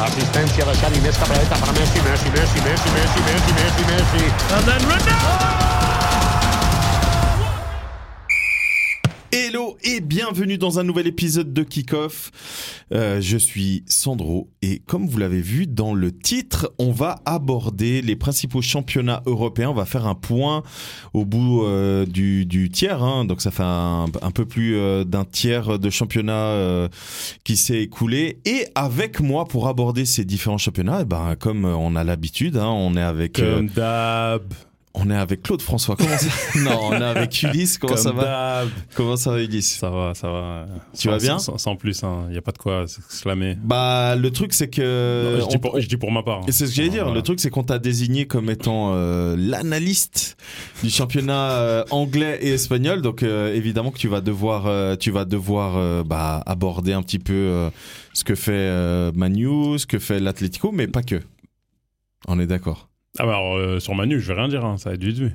Asistencia de Xavi, més cap a la dreta per Messi, Messi, Messi, Messi, Messi, Messi, Messi, Messi. And then Ronaldo! Hello et bienvenue dans un nouvel épisode de Kickoff. Euh, je suis Sandro et comme vous l'avez vu dans le titre, on va aborder les principaux championnats européens. On va faire un point au bout euh, du, du tiers, hein. donc ça fait un, un peu plus euh, d'un tiers de championnat euh, qui s'est écoulé. Et avec moi pour aborder ces différents championnats, eh ben comme euh, on a l'habitude, hein, on est avec euh, Comme d'hab. on est avec Claude François. Comment ça Non, on est avec Ulysse. Comment comme ça va d'hab. Comment ça va Ulysse Ça va, ça va. Tu Sans- vas bien sans, sans plus, il n'y a pas de quoi s'exclamer. Bah, le truc, c'est que. Non, je, dis Euh, on- pour, je dis pour ma part. hein. Et c'est ce que j'allais dire. Voilà. Le truc, c'est qu'on t'a désigné comme étant euh, l'analyste du championnat euh, anglais et espagnol. Donc, euh, évidemment que tu vas devoir, euh, tu vas devoir euh, bah, aborder un petit peu euh, ce que fait euh, Manu, ce que fait l'Atlético, mais pas que. On est d'accord. Ah bah alors, euh, sur Manu, je vais rien dire, hein, ça va être vite vu.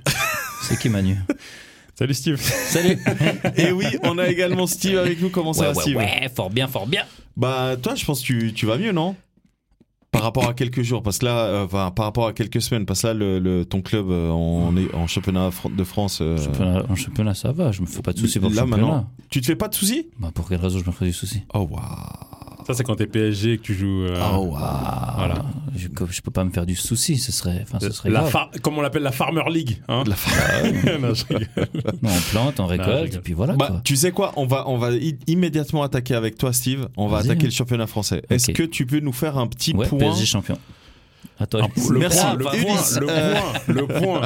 C'est qui Manu Salut Steve. Salut et oui, on a également Steve avec nous. Comment ça ouais, va, ouais, Steve ouais, fort bien, fort bien Bah, toi, je pense que tu, tu vas mieux, non Par rapport à quelques jours, parce que là, euh, enfin, par rapport à quelques semaines, parce que là, le, le- ton club euh, en, est en championnat fr- de France. euh, Ah. championnat, En championnat, ça va, je me fais pas de soucis pour le Là, championnat. maintenant. Tu te fais pas de soucis Bah, pour quelle raison je me ferais du souci Oh, waouh Ça, c'est quand t'es PSG et que tu joues. euh, Oh, waouh Voilà. Ah, je, je peux pas me faire du souci, ce serait, enfin, Euh, ce serait La grave. far- Comme on l'appelle la Farmer League. Hein La Non, je rigole. Non, on plante, on Non, je récolte, rigole. et puis voilà Bah, quoi. tu sais quoi On va, on va i- immédiatement attaquer avec toi, Steve. On va Vas-y. attaquer le championnat français. Est-ce Ok. que tu peux nous faire un petit Ouais, point Ah, PSG champion. Un- Attends, Ah, le Merci, point, le point, Ulysse. Euh, le point, le point.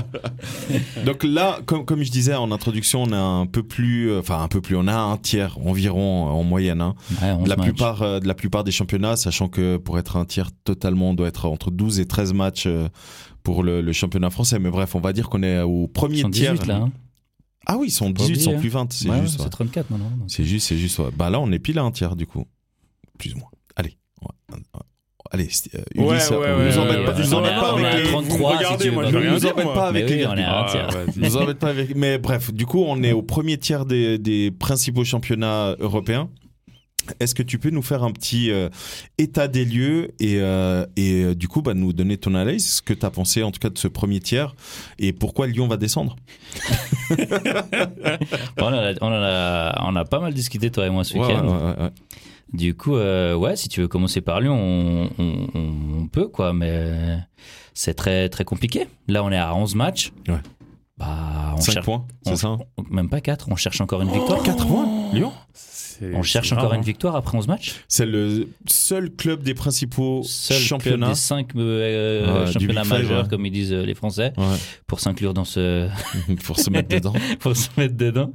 Donc là, comme, comme je disais en introduction, on a un peu plus, euh, enfin un peu plus, on a un tiers environ euh, en moyenne. hein. Ouais, de 11 la matchs. plupart euh, de la plupart des championnats sachant que pour être un tiers totalement on doit être entre 12 et 13 matchs euh, pour le, le championnat français mais bref on va dire qu'on est au premier Ils sont tiers 18 là. hein. ah oui ils sont Faut pas 18 ils sont oublier, plus 20 c'est Ouais, juste ouais, ouais. c'est 34 maintenant. donc. c'est juste c'est juste ouais. bah là on est pile à un tiers du coup plus ou moins allez on va- on va- allez c'est- euh, Ouais, Ulysse, ouais, on nous ouais, embête ouais, pas ouais. nous On embête est pas à- on est avec à les- 33, vous regardez, si tu moi, veux. je Bah, vais rien nous dire, embête moi. pas avec Mais les oui, gars on est à un Ah, tiers. vas-y. nous embête pas avec mais bref du coup on est au premier tiers des, des principaux championnats européens est-ce que tu peux nous faire un petit euh, état des lieux et, euh, et euh, du coup bah, nous donner ton analyse, ce que tu as pensé en tout cas de ce premier tiers et pourquoi Lyon va descendre Bon, on, en a, on en a- on a pas mal discuté, toi et moi, ce Ouais, week-end. ouais, ouais, ouais. Du coup, euh, ouais, si tu veux commencer par Lyon, on, on- on- on peut, quoi, mais c'est très, très compliqué. Là, on est à 11 matchs. Ouais. Bah, on Cinq cherche. points, on- c'est ça Même pas 4, on cherche encore une victoire. 4 points hein. Lyon C'est- On cherche c'est encore rare, hein. une victoire après 11 matchs. C'est le seul club des principaux Seul championnats. club des euh, 5 Ouais, du championnats Big Five, majeurs, ouais. comme ils disent euh, les Français, Ouais, pour s'inclure dans ce. pour se mettre dedans, pour se mettre dedans.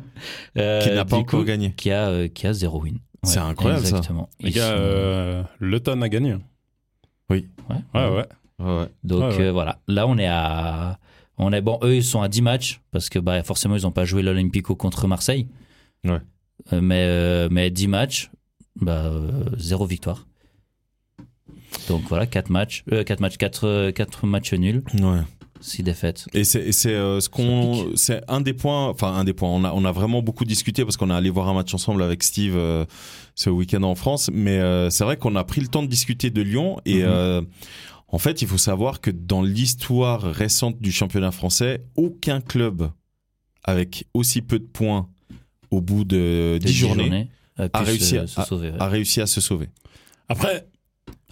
Euh, qui n'a pas du coup, encore gagné. Qui a, euh, qui a 0 win. C'est incroyable, ça. exactement. Les Ils gars, sont- euh, le ton a gagné. Oui. Ouais. Ouais, ouais. Ouais, ouais. Donc Ouais, ouais. euh, voilà, là on est à on est bon, eux ils sont à 10 matchs parce que bah forcément ils ont pas joué l'Olympico contre Marseille. Ouais. Euh, mais euh, mais 10 matchs, bah euh, zéro victoire. Donc voilà, 4 matchs, 4 matchs, 4 matchs nuls, ouais. 6 défaites. Et c'est et c'est, euh, ce Ça qu'on c'est un des points enfin un des points on a on a vraiment beaucoup discuté parce qu'on est allé voir un match ensemble avec Steve euh, ce week-end en France mais euh, c'est vrai qu'on a pris le temps de discuter de Lyon et Mhm. euh, en fait il faut savoir que dans l'histoire récente du championnat français aucun club avec aussi peu de points au bout de 10 Des dix journées, a à pu réussir euh, se, se sauver. ouais. a réussi à se sauver. Après,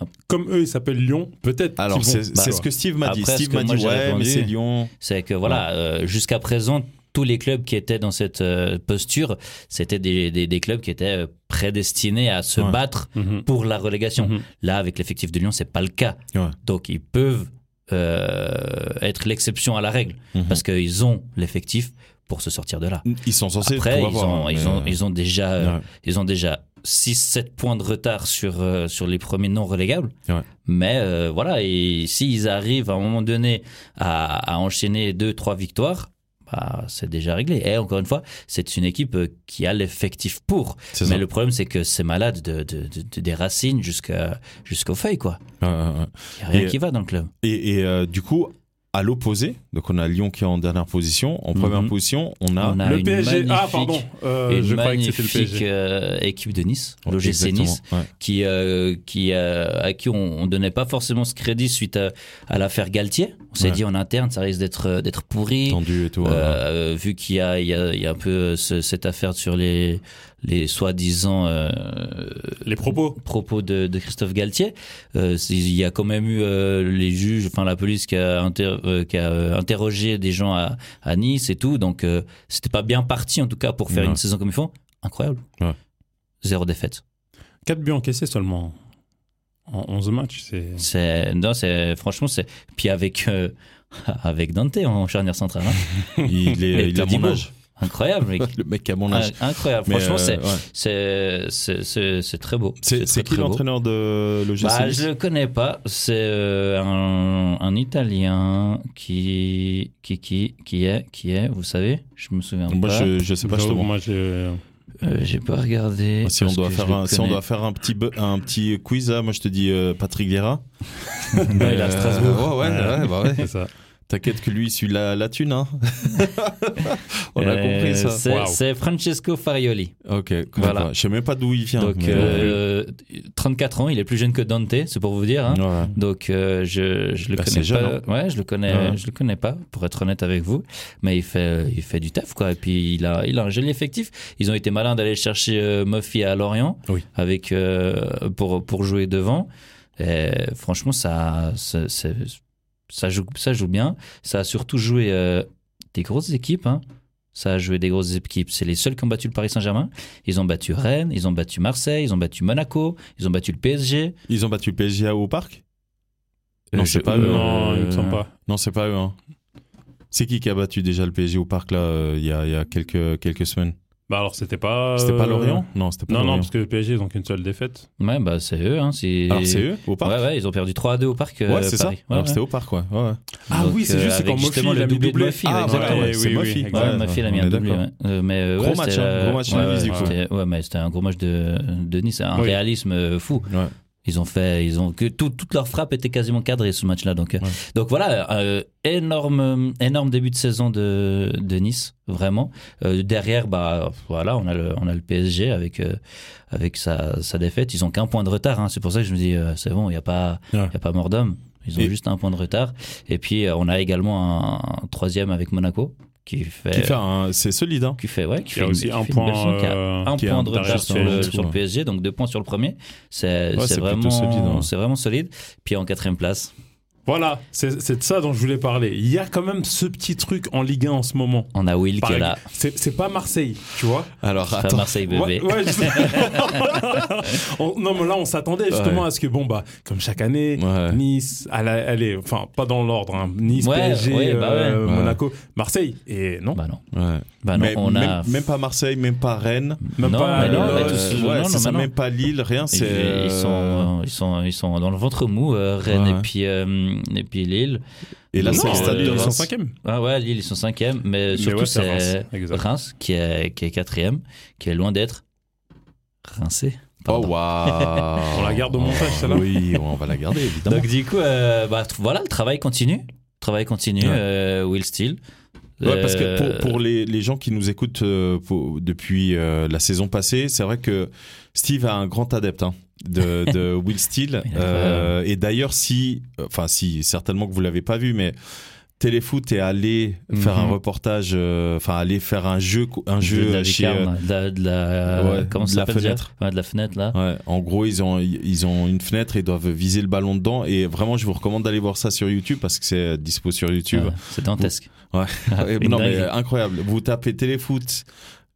Hop. comme eux, ils s'appellent Lyon, peut-être. Alors qu'ils vont- c'est bah, c'est ce que Steve m'a dit. Après, ce Steve que m'a dit moi, j'ai ouais mais répondu- c'est Lyon. C'est que voilà, euh, jusqu'à présent, tous les clubs qui étaient dans cette euh, posture, c'était des, des, des clubs qui étaient euh, prédestinés à se Ouais. battre Mhm. pour la relégation. Mhm. Là, avec l'effectif de Lyon, c'est pas le cas. Ouais. Donc, ils peuvent euh, être l'exception à la règle Mhm. parce qu'ils ont l'effectif pour se sortir de là. Ils sont censés Après, tout ils avoir, ont, hein, ils, mais, ont, euh, ils ont déjà, euh, ouais. ils ont déjà 6-7 points de retard sur, euh, sur les premiers non relégables. Ouais. Mais euh, voilà, et s'ils arrivent à un moment donné à, à enchaîner 2-3 victoires, bah, c'est déjà réglé. Et encore une fois, c'est une équipe euh, qui a l'effectif pour. c'est Mais ça. le problème, c'est que c'est malade de, de- de- de- des racines jusqu'à, jusqu'aux feuilles, quoi. Ouais, ouais, ouais. Il n'y a rien Et- qui va dans le club. Et, et, euh, du coup, à l'opposé, donc on a Lyon qui est en dernière position. En première Mhm. position, on a. On a le une PSG. Ah, magnifique- pardon. euh, une je croyais que c'était le magnifique PSG. euh, équipe de Nice, Ouais, l'OGC exactement, Nice, ouais. qui, euh, qui, euh, à qui on, on donnait pas forcément ce crédit suite à, à l'affaire Galtier. On s'est Ouais. dit en interne, ça risque d'être euh, d'être pourri. Tendu et tout. voilà. Euh, vu qu'il y a, il y, a, il y a un peu euh, ce- cette affaire sur les, les soi-disant euh, Les propos. propos de, de Christophe Galtier, euh, c'est- il y a quand même eu euh, les juges, enfin la police qui a, inter- euh, qui a euh, interrogé des gens à, à Nice et tout, donc euh, c'était pas bien parti en tout cas pour faire Ouais. une saison comme ils font. Incroyable. Ouais. Zéro défaite. 4 buts encaissés seulement en 11 matchs. C'est C'est non, c'est franchement c'est puis avec euh, avec Dante en charnière centrale, hein. Il, est, Mais il a mon Todibo. âge. incroyable, mec. Le mec a mon âge. In- incroyable. Mais, Ah, franchement, euh, c'est ouais. C'est, c'est, c'est, c'est très beau. C'est très, c'est qui très beau. l'entraîneur de l'OGC bah, Nice Je le connais pas. C'est euh, un, un Italien qui, qui, qui, qui est, qui est, vous savez Je me souviens Moi, pas. je, je sais pas, je te Moi, j'ai. Euh, j'ai pas regardé. Ah, Si on, parce doit que je faire le un, si on connais. doit faire un petit, bu- un petit quiz, là, moi je te dis euh, Patrick Vieira. Non, il est à Euh, Strasbourg. ouais, ouais, Ouais. ouais, bah ouais. Euh, C'est ça. T'inquiète que lui, il suit la, la thune. Hein. on a Euh, compris ça. C'est, Waouh. c'est Francesco Farioli. Ok, Voilà. voilà. Je sais même pas d'où il vient. Donc, mais- euh, 34 ans, il est plus jeune que Dante, c'est pour vous dire. Hein. Ouais. Donc euh, je, je le Bah, connais c'est jeune, pas. Ouais, je le connais, Ouais. je le connais pas pour être honnête avec vous, mais il fait euh, il fait du taf quoi et puis il a il a un joli effectif. Ils ont été malins d'aller chercher euh, Murphy à Lorient Oui. avec euh, pour pour jouer devant. Et franchement ça ça, c'est- ça joue ça joue bien, ça a surtout joué euh, des grosses équipes hein. Ça a joué des grosses équipes. C'est les seuls qui ont battu le Paris Saint-Germain. Ils ont battu Rennes, ils ont battu Marseille, ils ont battu Monaco, ils ont battu le PSG. Ils ont battu le PSG au parc Non, Euh, c'est je- pas eux. Non, il me semble pas. Non, c'est pas eux. hein. C'est qui qui a battu déjà le PSG au parc là euh, il y a, il y a quelques, quelques semaines Bah alors, c'était pas. C'était pas euh, Lorient Non, c'était pas Non, non, Lorient. parce que le PSG, donc une seule défaite. Ouais, bah c'est eux. Hein, c'est... Alors c'est eux au parc Ouais, ouais, ils ont perdu 3 à 2 au parc. euh, Ouais, c'est ça. Paris. Ouais, Alors ouais. c'était au parc, ouais. ouais. Ah Donc, oui, c'est euh, juste, c'est avec quand Murphy, justement il le a mis doublé de doublé. Murphy. Ah, ouais, exactement. ouais, Ouais, c'est oui, Murphy. oui, ouais, exact. Murphy, il a on mis est un doublé. d'accord. Ouais. Euh, mais, euh, Gros ouais, match, c'était, hein, euh, gros match à ouais, la mise, du ouais, coup. c'était- Ouais, mais c'était un gros match de, de Nice. Un Oui. réalisme euh, fou. Ouais. Ils ont fait, ils ont que tout- toute leur frappe était quasiment cadrée ce match-là. Donc, euh, Ouais. donc voilà, euh, énorme, euh, énorme début de saison de, de Nice, vraiment. Euh, derrière, bah voilà, on a le, on a le PSG avec euh, avec sa, sa défaite. Ils ont qu'un point de retard. hein. C'est pour ça que je me dis, euh, c'est bon, il y a pas, il Ouais. y a pas mort d'homme. Ils ont Et- juste un point de retard. Et puis euh, on a également un, un troisième avec Monaco qui fait, Qui fait un- C'est solide, hein. qui fait, ouais, qui Il y fait a une- aussi qui un fait une belle saison, point. qui a euh, un qui est point un de retard derrière sur Chelsea, le, du coup, sur le ouais. PSG, donc deux points sur le premier. C'est Ouais, c'est c'est plutôt vraiment, solide, hein. c'est vraiment solide. Puis en quatrième place, Voilà, c'est c'est de ça dont je voulais parler. Il y a quand même ce petit truc en Ligue 1 en ce moment. on a Will qui Par- est là, C'est c'est pas Marseille, tu vois. Alors pas attends. Marseille Ouais, bébé. ouais, je- On- non, mais là, on s'attendait justement Ouais. à ce que, bon, bah, comme chaque année, Ouais. Nice, à la- allez, enfin, pas dans l'ordre, hein. Nice, Ouais, PSG, ouais, bah euh, ouais. Monaco, Marseille, et non, Bah non, Ouais. bah non, Mais on a. même, même pas Marseille, même pas Rennes. même non, pas. mais non, euh, mais ouais. tout ce- ouais, non, c'est non, ça, mais non. même pas Lille, rien. Ils, C'est. ils euh, sont, ils, sont, ils sont dans le ventre mou, euh, Rennes Ouais. et, puis, euh, et puis Lille. Et là, Non, c'est le stade euh, de ils sont Reims. cinquième. Ah ouais, Lille, ils sont cinquième, mais Euh, surtout ouais, c'est c'est Reims, exact. Reims qui est, qui est quatrième, qui est loin d'être rincé. Oh Pardon. waouh On la garde au montage, celle-là Oui, on va la garder évidemment. Donc du coup, euh, bah, tr- voilà, le travail continue. Le travail continue, Ouais. euh, Will Steele. Ouais, parce que Euh, pour, pour les, les gens qui nous écoutent euh, pour- depuis euh, la saison passée, c'est vrai que Steve a un grand adepte hein, de, de Will Steele. Il est Euh, et d'ailleurs, si, enfin, si, certainement que vous l'avez pas vu, mais Téléfoot est allé faire Mhm. un reportage, euh, enfin, aller faire un jeu, co- un de jeu la euh, chez. euh, lucarne, de la, de la- ouais, comment ça de la s'appelle déjà fenêtre. Ouais, de la fenêtre là. euh, Ouais, en gros, ils ont, ils ont une fenêtre et ils doivent viser le ballon dedans. Et vraiment, je vous recommande d'aller voir ça sur YouTube parce que c'est dispo sur YouTube. Ah, c'est dantesque. Ouais. Ah, Eh, une non, mais dinguerie. incroyable. Vous tapez téléfoot.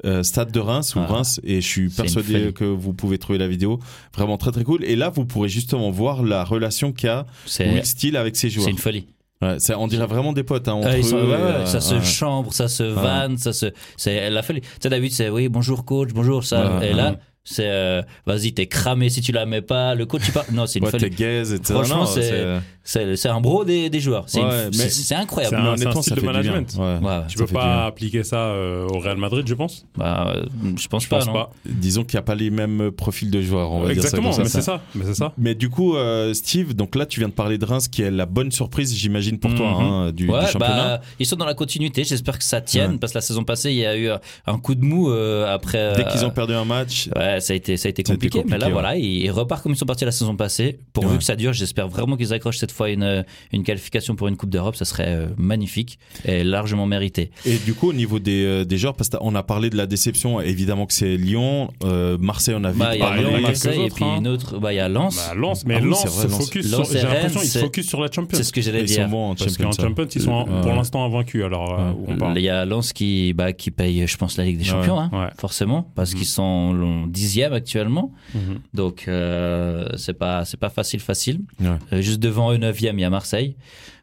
euh, Stade de Reims ou Ah, Reims et je suis c'est une persuadé folie. que vous pouvez trouver la vidéo vraiment très très cool et là vous pourrez justement voir la relation qu'a c'est Will Steele avec ses joueurs Eh. c'est une folie. Ouais, ça, on dirait vraiment des potes hein, entre Ah, ils sont- eux, ouais, ouais, euh, ça se ouais. chambre, ça se vanne, ça se. C'est la folie. Tu sais, d'habitude, c'est oui, bonjour coach, bonjour ça. Ouais, et ouais. là, C'est euh, vas-y, t'es cramé si tu la mets pas. Le coach, il parle. Non, c'est une Ouais, t'es folie. gaze, etc. Franchement, Non, c'est- C'est c'est un bro des, des joueurs. C'est une- Ouais, mais- c'est- c'est incroyable. C'est un- Mais c'est un honnêtement, style ça de fait du bien. management. Ouais. Ouais, ouais. Tu Ça peux fait du bien. pas appliquer ça euh, au Real Madrid, je pense. Bah, euh, je pense Je pas. pense non. pas. Disons qu'il n'y a pas les mêmes profils de joueurs, on va Exactement, dire ça comme mais ça. c'est ça. Mais c'est ça. Mais du coup, euh, Steve, donc là, tu viens de parler de Reims, qui est la bonne surprise, j'imagine, pour toi, Mhm. hein, du, du Ouais, championnat. bah, ils sont dans la continuité. J'espère que ça tienne parce que la saison passée, il y a eu euh, un coup de mou euh, après. euh, Dès qu'ils ont perdu un match, Ouais, ça a été, ça Ça a a été été compliqué, mais là, compliqué, voilà, ils, ils repartent comme ils sont partis la saison passée. Pourvu Ouais. que ça dure, j'espère vraiment qu'ils accrochent cette fois une, une qualification pour une Coupe d'Europe. Ça serait euh, magnifique et largement mérité. Et du coup, au niveau des, euh, des joueurs, parce qu'on a parlé de la déception, évidemment que c'est Lyon, euh, Marseille, on a vite Bah, il y a pareil, Lyon, il y a Marseille, quelques et puis autres, hein. une autre, bah, il y a Lens. Bah, Lens, mais Ah oui, Lens c'est vrai, se Lens. focus Lens sur. et J'ai Rennes, l'impression qu'ils se c'est- focus sur la Champions. c'est ce que j'allais ils sont dire. bons en Parce Champions. qu'en ça. Champions, ils sont en- Euh, pour l'instant invaincus. Alors euh, où on parle. Il y a Lens qui, bah, qui paye, je pense, la Ligue des Ouais, Champions, hein, ouais. forcément, parce Mhm. qu'ils sont dixième actuellement. Mhm. Donc, euh, c'est pas, c'est pas facile, facile. Ouais. Euh, juste devant eux, 9 il y a Marseille,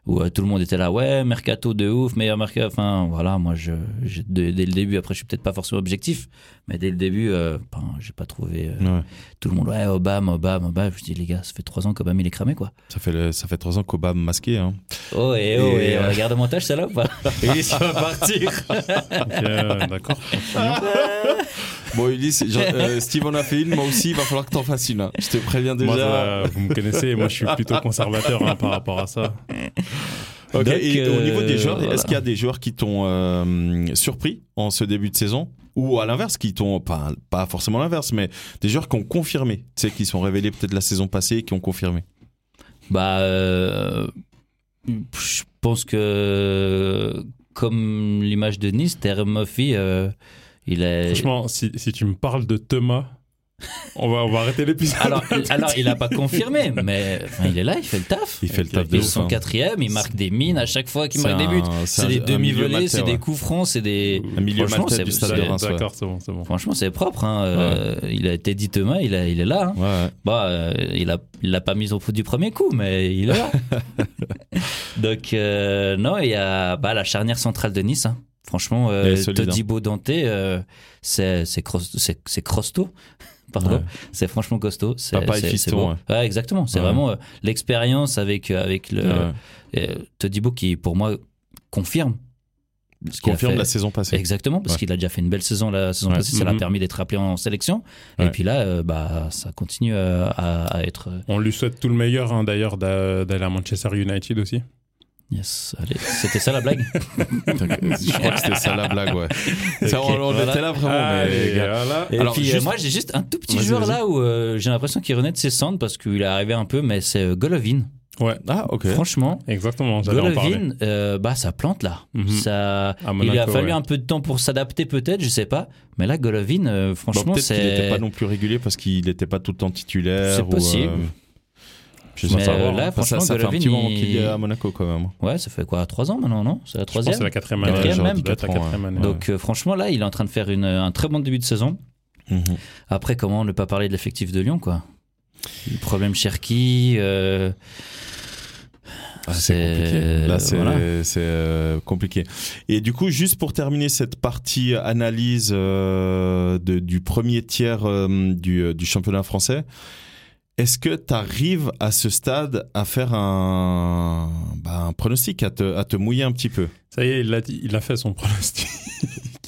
où euh, tout le monde était là, ouais, mercato de ouf, meilleur mercato. Enfin, voilà, moi, je, je- dès, dès le début, après, je suis peut-être pas forcément objectif, mais dès le début, euh, ben, j'ai pas trouvé euh, Ouais. tout le monde, ouais, Obama, Obama, Obama. Je dis, les gars, ça fait 3 ans qu'Obama, il est cramé, quoi. Ça fait, le- ça fait trois ans qu'Obama masqué. Hein. Oh, et oh, Et, et, euh, regarde le montage, celle-là ou pas Il est sur la partir. Ok, euh, D'accord. Bon, Ulysse, genre, euh, Steve en a fait une, moi aussi, il va falloir que t'en fasses une. hein. Je te préviens déjà. Moi, euh, vous me connaissez, moi je suis plutôt conservateur hein, par rapport à ça. Ok, Donc, et au niveau des euh, joueurs, voilà. est-ce qu'il y a des joueurs qui t'ont euh, surpris en ce début de saison ou à l'inverse, qui t'ont pas, pas forcément l'inverse, mais des joueurs qui ont confirmé, tu sais, qui sont révélés peut-être la saison passée et qui ont confirmé. Bah, euh, je pense que comme l'image de Nice, Terry Murphy, euh, il est. Franchement, si, si tu me parles de Thomas, on va, on va arrêter l'épisode. Alors, il- alors il n'a pas confirmé, mais enfin, il est là, il fait le taf. Il fait le Ok, taf de Ils ouf, hein. sont quatrième, il marque des mines à chaque fois qu'il C'est marque des buts. un- C'est un- des un milieu demi-volées, c'est amateur, ouais. des coups francs, c'est des. Un milieu Franchement, maltais c'est- du stade c'est- de Reims. ouais. D'accord, c'est bon, c'est bon. Franchement, c'est propre. hein, euh, il a été dit demain, il, a- il est là. hein. Ouais, ouais. Bah, euh, il a, il l'a pas mise au foot du premier coup, mais il est là. Donc euh, non, il y a bah, la charnière centrale de Nice. hein. Franchement, Elle euh, est solide, hein. Todibo Dante, euh, c'est c'est cross- c'est- c'est costaud. Pardon, Ouais. c'est franchement costaud. C'est- Papa et c'est- fiston, c'est beau. ouais. Ouais, exactement. C'est Ouais. vraiment euh, l'expérience avec euh, avec le Ouais. euh, Todibo qui pour moi confirme. ce qu'il a Confirme fait. la saison passée. Exactement, parce Ouais. qu'il a déjà fait une belle saison la saison Ouais. passée, ça l'a Mhm. permis d'être appelé en sélection. Ouais. Et puis là, euh, bah, ça continue euh, à, à être. euh, On lui souhaite tout le meilleur hein, d'ailleurs d'a- d'aller à Manchester United aussi. Yes, allez, c'était ça la blague. Je crois que c'était ça la blague, ouais. Ça, on on Voilà. était là Ah, vraiment, mais Allez, les gars. voilà. Et Alors, puis euh, juste- moi, j'ai juste un tout petit Vas-y, joueur vas-y. là où euh, j'ai l'impression qu'il renaît de ses cendres parce qu'il est arrivé un peu, mais c'est euh, Golovin. Ouais, Ah, ok. Franchement, exactement, j'allais en parler. Golovin, euh, bah ça plante là. Mhm. Ça, À il lui a Monaco, fallu ouais. un peu de temps pour s'adapter peut-être, je sais pas. Mais là, Golovin, euh, Bon, franchement, Peut-être qu'il n'était c'est pas non plus régulier parce qu'il n'était pas tout le temps titulaire. C'est ou, possible. euh, je Mais, pas. euh, là, Enfin, ça, franchement, ça fait un petit Golovin, moment qu'il il- est à Monaco quand même. ouais, ça fait quoi, trois ans maintenant, non C'est la Je pense que c'est troisième. la quatrième année. Quatrième ouais, même. ça doit être la quatrième année. Donc euh, franchement, là, il est en train de faire une, un très bon début de saison. Mhm. Après, comment ne pas parler de l'effectif de Lyon, quoi Le problème Cherki. euh, Ah, c'est C'est- compliqué. Là, c'est voilà. c'est, euh, compliqué. Et du coup, juste pour terminer cette partie analyse euh, de- du premier tiers euh, du, euh, du championnat français, est-ce que tu arrives à ce stade à faire un, bah, un pronostic, à te, à te mouiller un petit peu Ça y est, il l'a dit, il a fait son pronostic.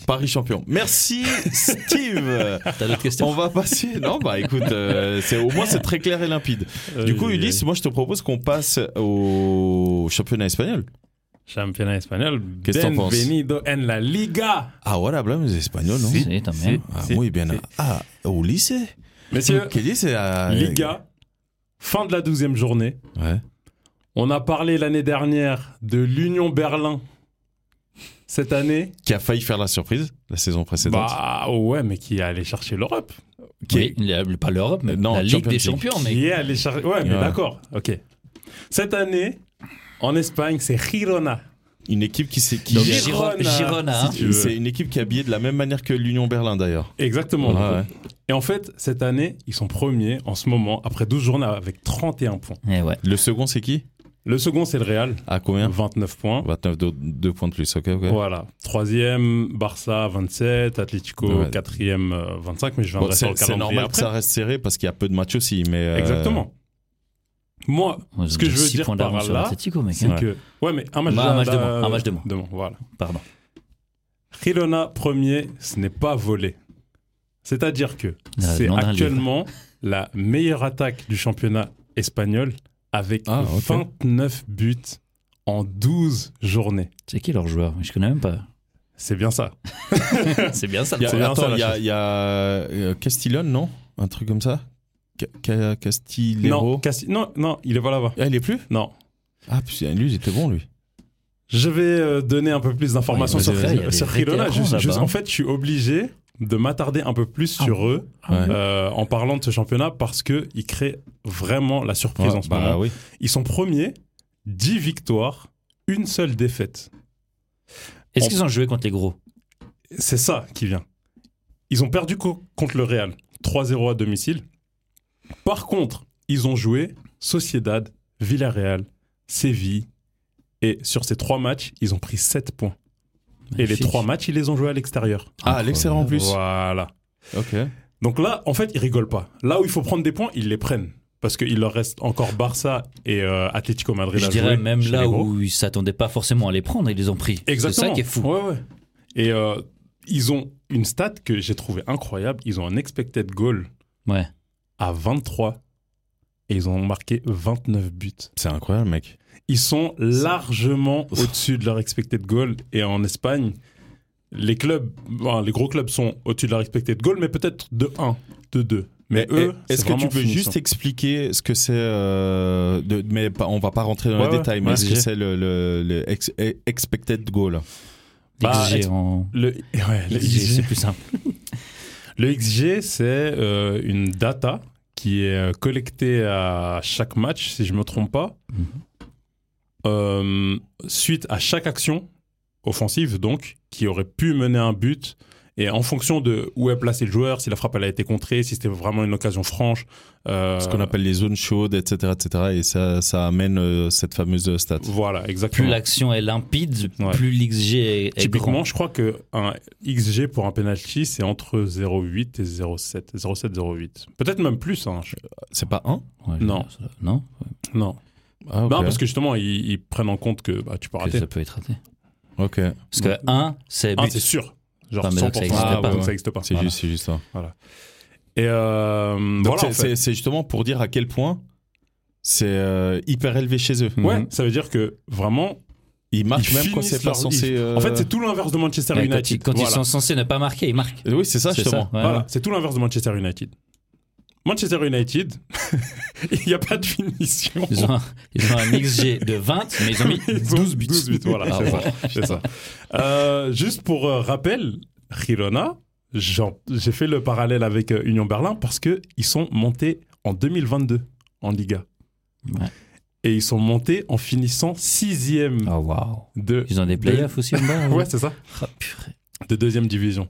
Paris champion. Merci Steve T'as d'autres questions On va passer. Non, bah écoute, euh, c'est- au moins c'est très clair et limpide. Du coup, Euh, Ulysse, moi je te propose qu'on passe au championnat espagnol. Championnat espagnol. Qu'est-ce que t'en penses Bienvenido en la Liga. Ah, voilà, blâme les Espagnols, non Si, t'as bien. Ah, Si, muy bien. si. Ah, au lycée Messieurs, Quel lycée ah, Liga, fin de la douzième journée. Ouais. On a parlé l'année dernière de l'Union Berlin. Cette année, Qui a failli faire la surprise la saison précédente. bah ouais, mais qui est allé chercher l'Europe. Qui- Oui, la- pas l'Europe, mais Non, la Ligue des Champions Champions, mais Qui est allé chercher. Ouais, mais Ouais. d'accord, ok. Cette année, en Espagne, c'est Girona. Une équipe qui s'est. Qui... Donc, Girona, Giro- Girona, hein. si tu veux. C'est une équipe qui est habillée de la même manière que l'Union Berlin d'ailleurs. Exactement. Ouais, ouais. Et en fait, cette année, ils sont premiers en ce moment, après 12 journées avec 31 points. Eh ouais. Le second, c'est qui Le second, c'est le Real, À combien 29 points. 29 de- deux points de plus, ok, ok. Voilà. Troisième, Barça 27, Atlético Ouais. quatrième euh, 25, mais je Bon, viendrai sur c'est le c'est calendrier normal que après. ça reste serré parce qu'il y a peu de matchs aussi, mais. euh, Exactement. Moi, Ils ont ce que déjà je veux six dire points par d'avance sur là, l'Atlético, mec. c'est hein. que ouais, mais un match, Bah, un match de là- moins, un match de moins. voilà. Pardon. Girona premier, ce n'est pas volé. C'est-à-dire que c'est Ah, demande un livre. actuellement la meilleure attaque du championnat espagnol avec Ah, ok. 29 buts en 12 journées. C'est qui leur joueur Je connais même pas. C'est bien ça. c'est bien ça. il y a- C'est bien attends, ça, la il y a, chose. il y a, euh, Castillon, non Un truc comme ça Ca- Ca- Non, Castillero Cassi- non, non, il est pas là-bas. Ah, il est plus Non. Ah, putain, lui, il était bon, lui. Je vais euh, donner un peu plus d'informations Ouais, sur, vas-y, vas-y, il y a des sur vrais Rilona. Je- vétérans je- là-bas, en hein. fait, je suis obligé de m'attarder un peu plus Ah sur eux Ouais. euh, en parlant de ce championnat parce qu'ils créent vraiment la surprise en Ouais, ce bah moment. oui. Ils sont premiers, 10 victoires, une seule défaite. Est-ce On- qu'ils ont joué contre les gros C'est ça qui vient. Ils ont perdu co- contre le Real, 3-0 à domicile. Par contre, ils ont joué Sociedad, Villarreal, Séville. Et sur ces trois matchs, ils ont pris 7 points. Et les Magnifique. trois matchs, ils les ont joués à l'extérieur. Ah, l'excellent en plus. Voilà. Ok. Donc là, en fait, ils rigolent pas. Là où il faut prendre des points, ils les prennent. Parce qu'il leur reste encore Barça et euh, Atlético Madrid Je à dirais jouer même chez les là gros. où ils s'attendaient pas forcément à les prendre, ils les ont pris. Exactement. C'est ça qui est fou. Ouais, ouais. Et euh, ils ont une stat que j'ai trouvée incroyable. Ils ont un expected goal Ouais. à 23 et ils ont marqué 29 buts. C'est incroyable, mec. Ils sont largement au-dessus de leur expected goal. Et en Espagne, les clubs, bon, les gros clubs sont au-dessus de leur expected goal, mais peut-être de 1, de 2. Mais Et- eux, est-ce que c'est tu vraiment peux finissant. juste expliquer ce que c'est euh, de- Mais pas- on va pas rentrer dans Ouais, les ouais, détails, mais ouais, ce que j'ai- c'est le, le- le ex- e- expected goal Bah, XG ex- en- le, ouais, le XG, XG, c'est plus simple. Le XG, c'est euh, une data qui est euh, collectée à chaque match, si je ne me trompe pas, Mhm. Euh, suite à chaque action offensive, donc, qui aurait pu mener un but. Et en fonction de où est placé le joueur, si la frappe elle a été contrée, si c'était vraiment une occasion franche. euh, Ce qu'on appelle les zones chaudes, etc. etc. et ça, ça amène euh, cette fameuse stat. Voilà, Plus exactement. l'action est limpide, Ouais. plus l'XG est, est Typiquement, grand. je crois que un XG pour un penalty, c'est entre 0,8 et 0,7. 0,7, 0,8. Peut-être même plus. hein, je- C'est pas un Ouais, je- euh, Non. Non Non. Ah, ok. Non, parce que justement, ils, ils prennent en compte que bah, tu peux Que rater. ça peut être raté. Ok. Parce que 1, c'est Ah, but. c'est sûr. Genre Non, mais 100%. donc ça existe Ah, pas. donc ça existe pas. C'est Voilà. juste, c'est juste ça. Et euh, Donc, voilà. c'est- en fait. c'est c'est justement pour dire à quel point c'est euh, hyper élevé chez eux. Mhm. Ouais, ça veut dire que vraiment. Ils marquent Ils même quand finissent c'est pas leur- censé. euh, En fait, c'est tout l'inverse de Manchester Ouais, quand ils, United. quand ils Voilà. sont censés ne pas marquer, ils marquent. Oui, c'est ça, C'est justement. ça, ouais, Voilà, ouais. c'est tout l'inverse de Manchester United. Manchester United, il n'y a pas de finition. Ils ont, un, ils ont un XG de 20, mais ils ont mis Ils ont 12 buts. 12 buts, voilà, Ah, c'est ouais. C'est ça. Euh, juste pour euh, rappel, Girona, j'en- j'ai fait le parallèle avec euh, Union Berlin parce qu'ils sont montés en 2022 en Liga. Ouais. Et ils sont montés en finissant sixième Ah, waouh. de, Ils ont des playoffs aussi en bas ouais, c'est ça, Ah, purée. de deuxième division.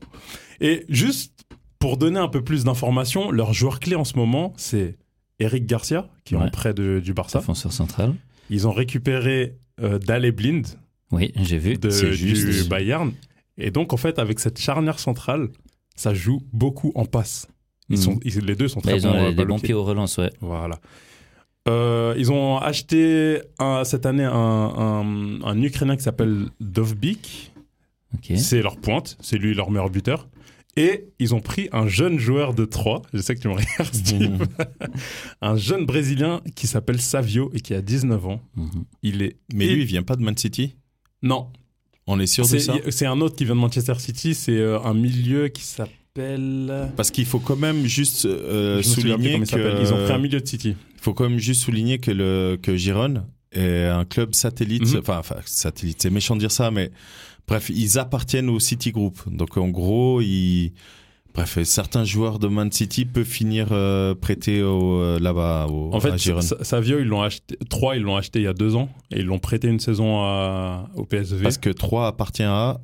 Et juste pour donner un peu plus d'informations, leur joueur clé en ce moment, c'est Eric Garcia, qui est en Ouais. prêt de- du Barça. Défenseur central. Ils ont récupéré euh, Dale Blind, Oui, j'ai vu. de- bah, C'est du juste. Bayern. Et donc, en fait, avec cette charnière centrale, ça joue beaucoup en passe. Ils sont, Mhm. ils- les deux sont Bah, très ils bons. ont euh, des- des balle au bons pied. pieds aux relances, ouais. Voilà. Euh, ils ont acheté un- cette année un, un- un Ukrainien qui s'appelle Dovbik. Ok. C'est leur pointe. C'est lui leur meilleur buteur. Et ils ont pris un jeune joueur de 3. Je sais que tu me regardes, Steve. un jeune Brésilien qui s'appelle Savio et qui a 19 ans. Mhm. Il est. Mais lui, il vient pas de Man City Non, On est sûr de C'est- ça y- C'est un autre qui vient de Manchester City, c'est euh, un milieu qui s'appelle. Parce qu'il faut quand même juste euh, Je me souviens plus souligner comment il que s'appelle. Ils ont pris un milieu de City. faut quand même juste souligner que le que Giron est un club satellite. Mhm. Enfin, enfin, satellite, c'est méchant de dire ça, mais bref, ils appartiennent au City Group. Donc en gros, ils Bref, certains joueurs de Man City peuvent finir euh, prêtés au, euh, là-bas au- En à fait, Giron. Sa- Savio, ils l'ont acheté. Trois, ils l'ont acheté il y a deux ans et ils l'ont prêté une saison à- au PSV. Parce que 3 appartient à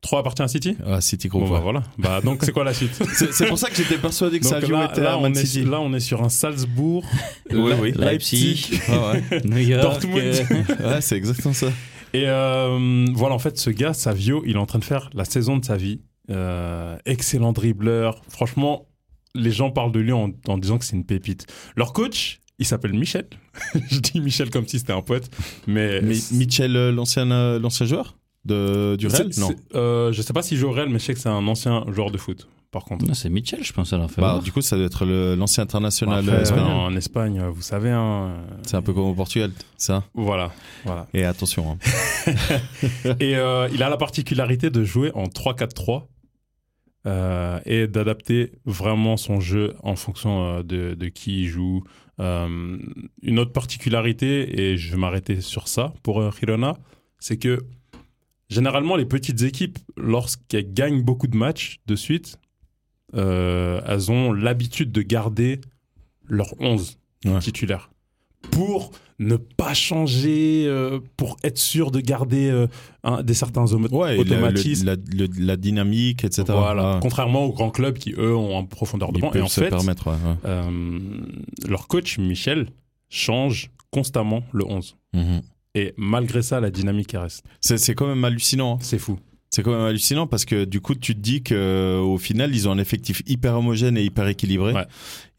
3 appartient à City Ah, City Group. Bon, bah ouais. voilà. Bah, donc, c'est quoi la suite C'est c'est pour ça que j'étais persuadé que Donc, Savio là, était là, à on Man est, City. là, on est sur un Salzbourg, Oui, oui. Leipzig, New York, Dortmund. euh, Ah Ouais, c'est exactement ça. Et euh, voilà, en fait, ce gars, Savio, il est en train de faire la saison de sa vie. Euh, excellent dribbleur. Franchement, les gens parlent de lui en, en disant que c'est une pépite. Leur coach, il s'appelle Michel. Je dis Michel comme si c'était un pote, mais. Mais Mitchell, euh, l'ancien euh, l'ancien joueur de, du Real C'est- Non. c'est- euh, je sais pas si joue au Real, mais je sais que c'est un ancien joueur de foot, par contre. Non, c'est Mitchell, je pense, à leur Bah, faveur. du coup, ça doit être le- l'ancien international euh, Après, espagnol. en Espagne, vous savez, hein, euh, C'est un peu comme au Portugal, ça. voilà, voilà. Et attention. hein. Et euh, il a la particularité de jouer en 3-4-3 euh, et d'adapter vraiment son jeu en fonction euh, de, de qui il joue. Euh, une autre particularité, et je vais m'arrêter sur ça pour euh, Girona, c'est que généralement les petites équipes, lorsqu'elles gagnent beaucoup de matchs de suite, euh, elles ont l'habitude de garder leur 11 Ouais. titulaire pour ne pas changer, euh, pour être sûr de garder euh, un- des certains homo- Ouais, et le- automatismes. le- la, le- la dynamique, etc. Voilà. Ouais. Contrairement aux grands clubs qui, eux, ont un profondeur de Ils banc. Et peuvent en se fait, permettre, ouais, ouais. euh, leur coach, Michel, change constamment le 11. Mhm. Et malgré ça, la dynamique elle reste. C'est c'est quand même hallucinant. hein. C'est fou. C'est quand même hallucinant parce que du coup, tu te dis qu'au final, ils ont un effectif hyper homogène et hyper équilibré. Ouais.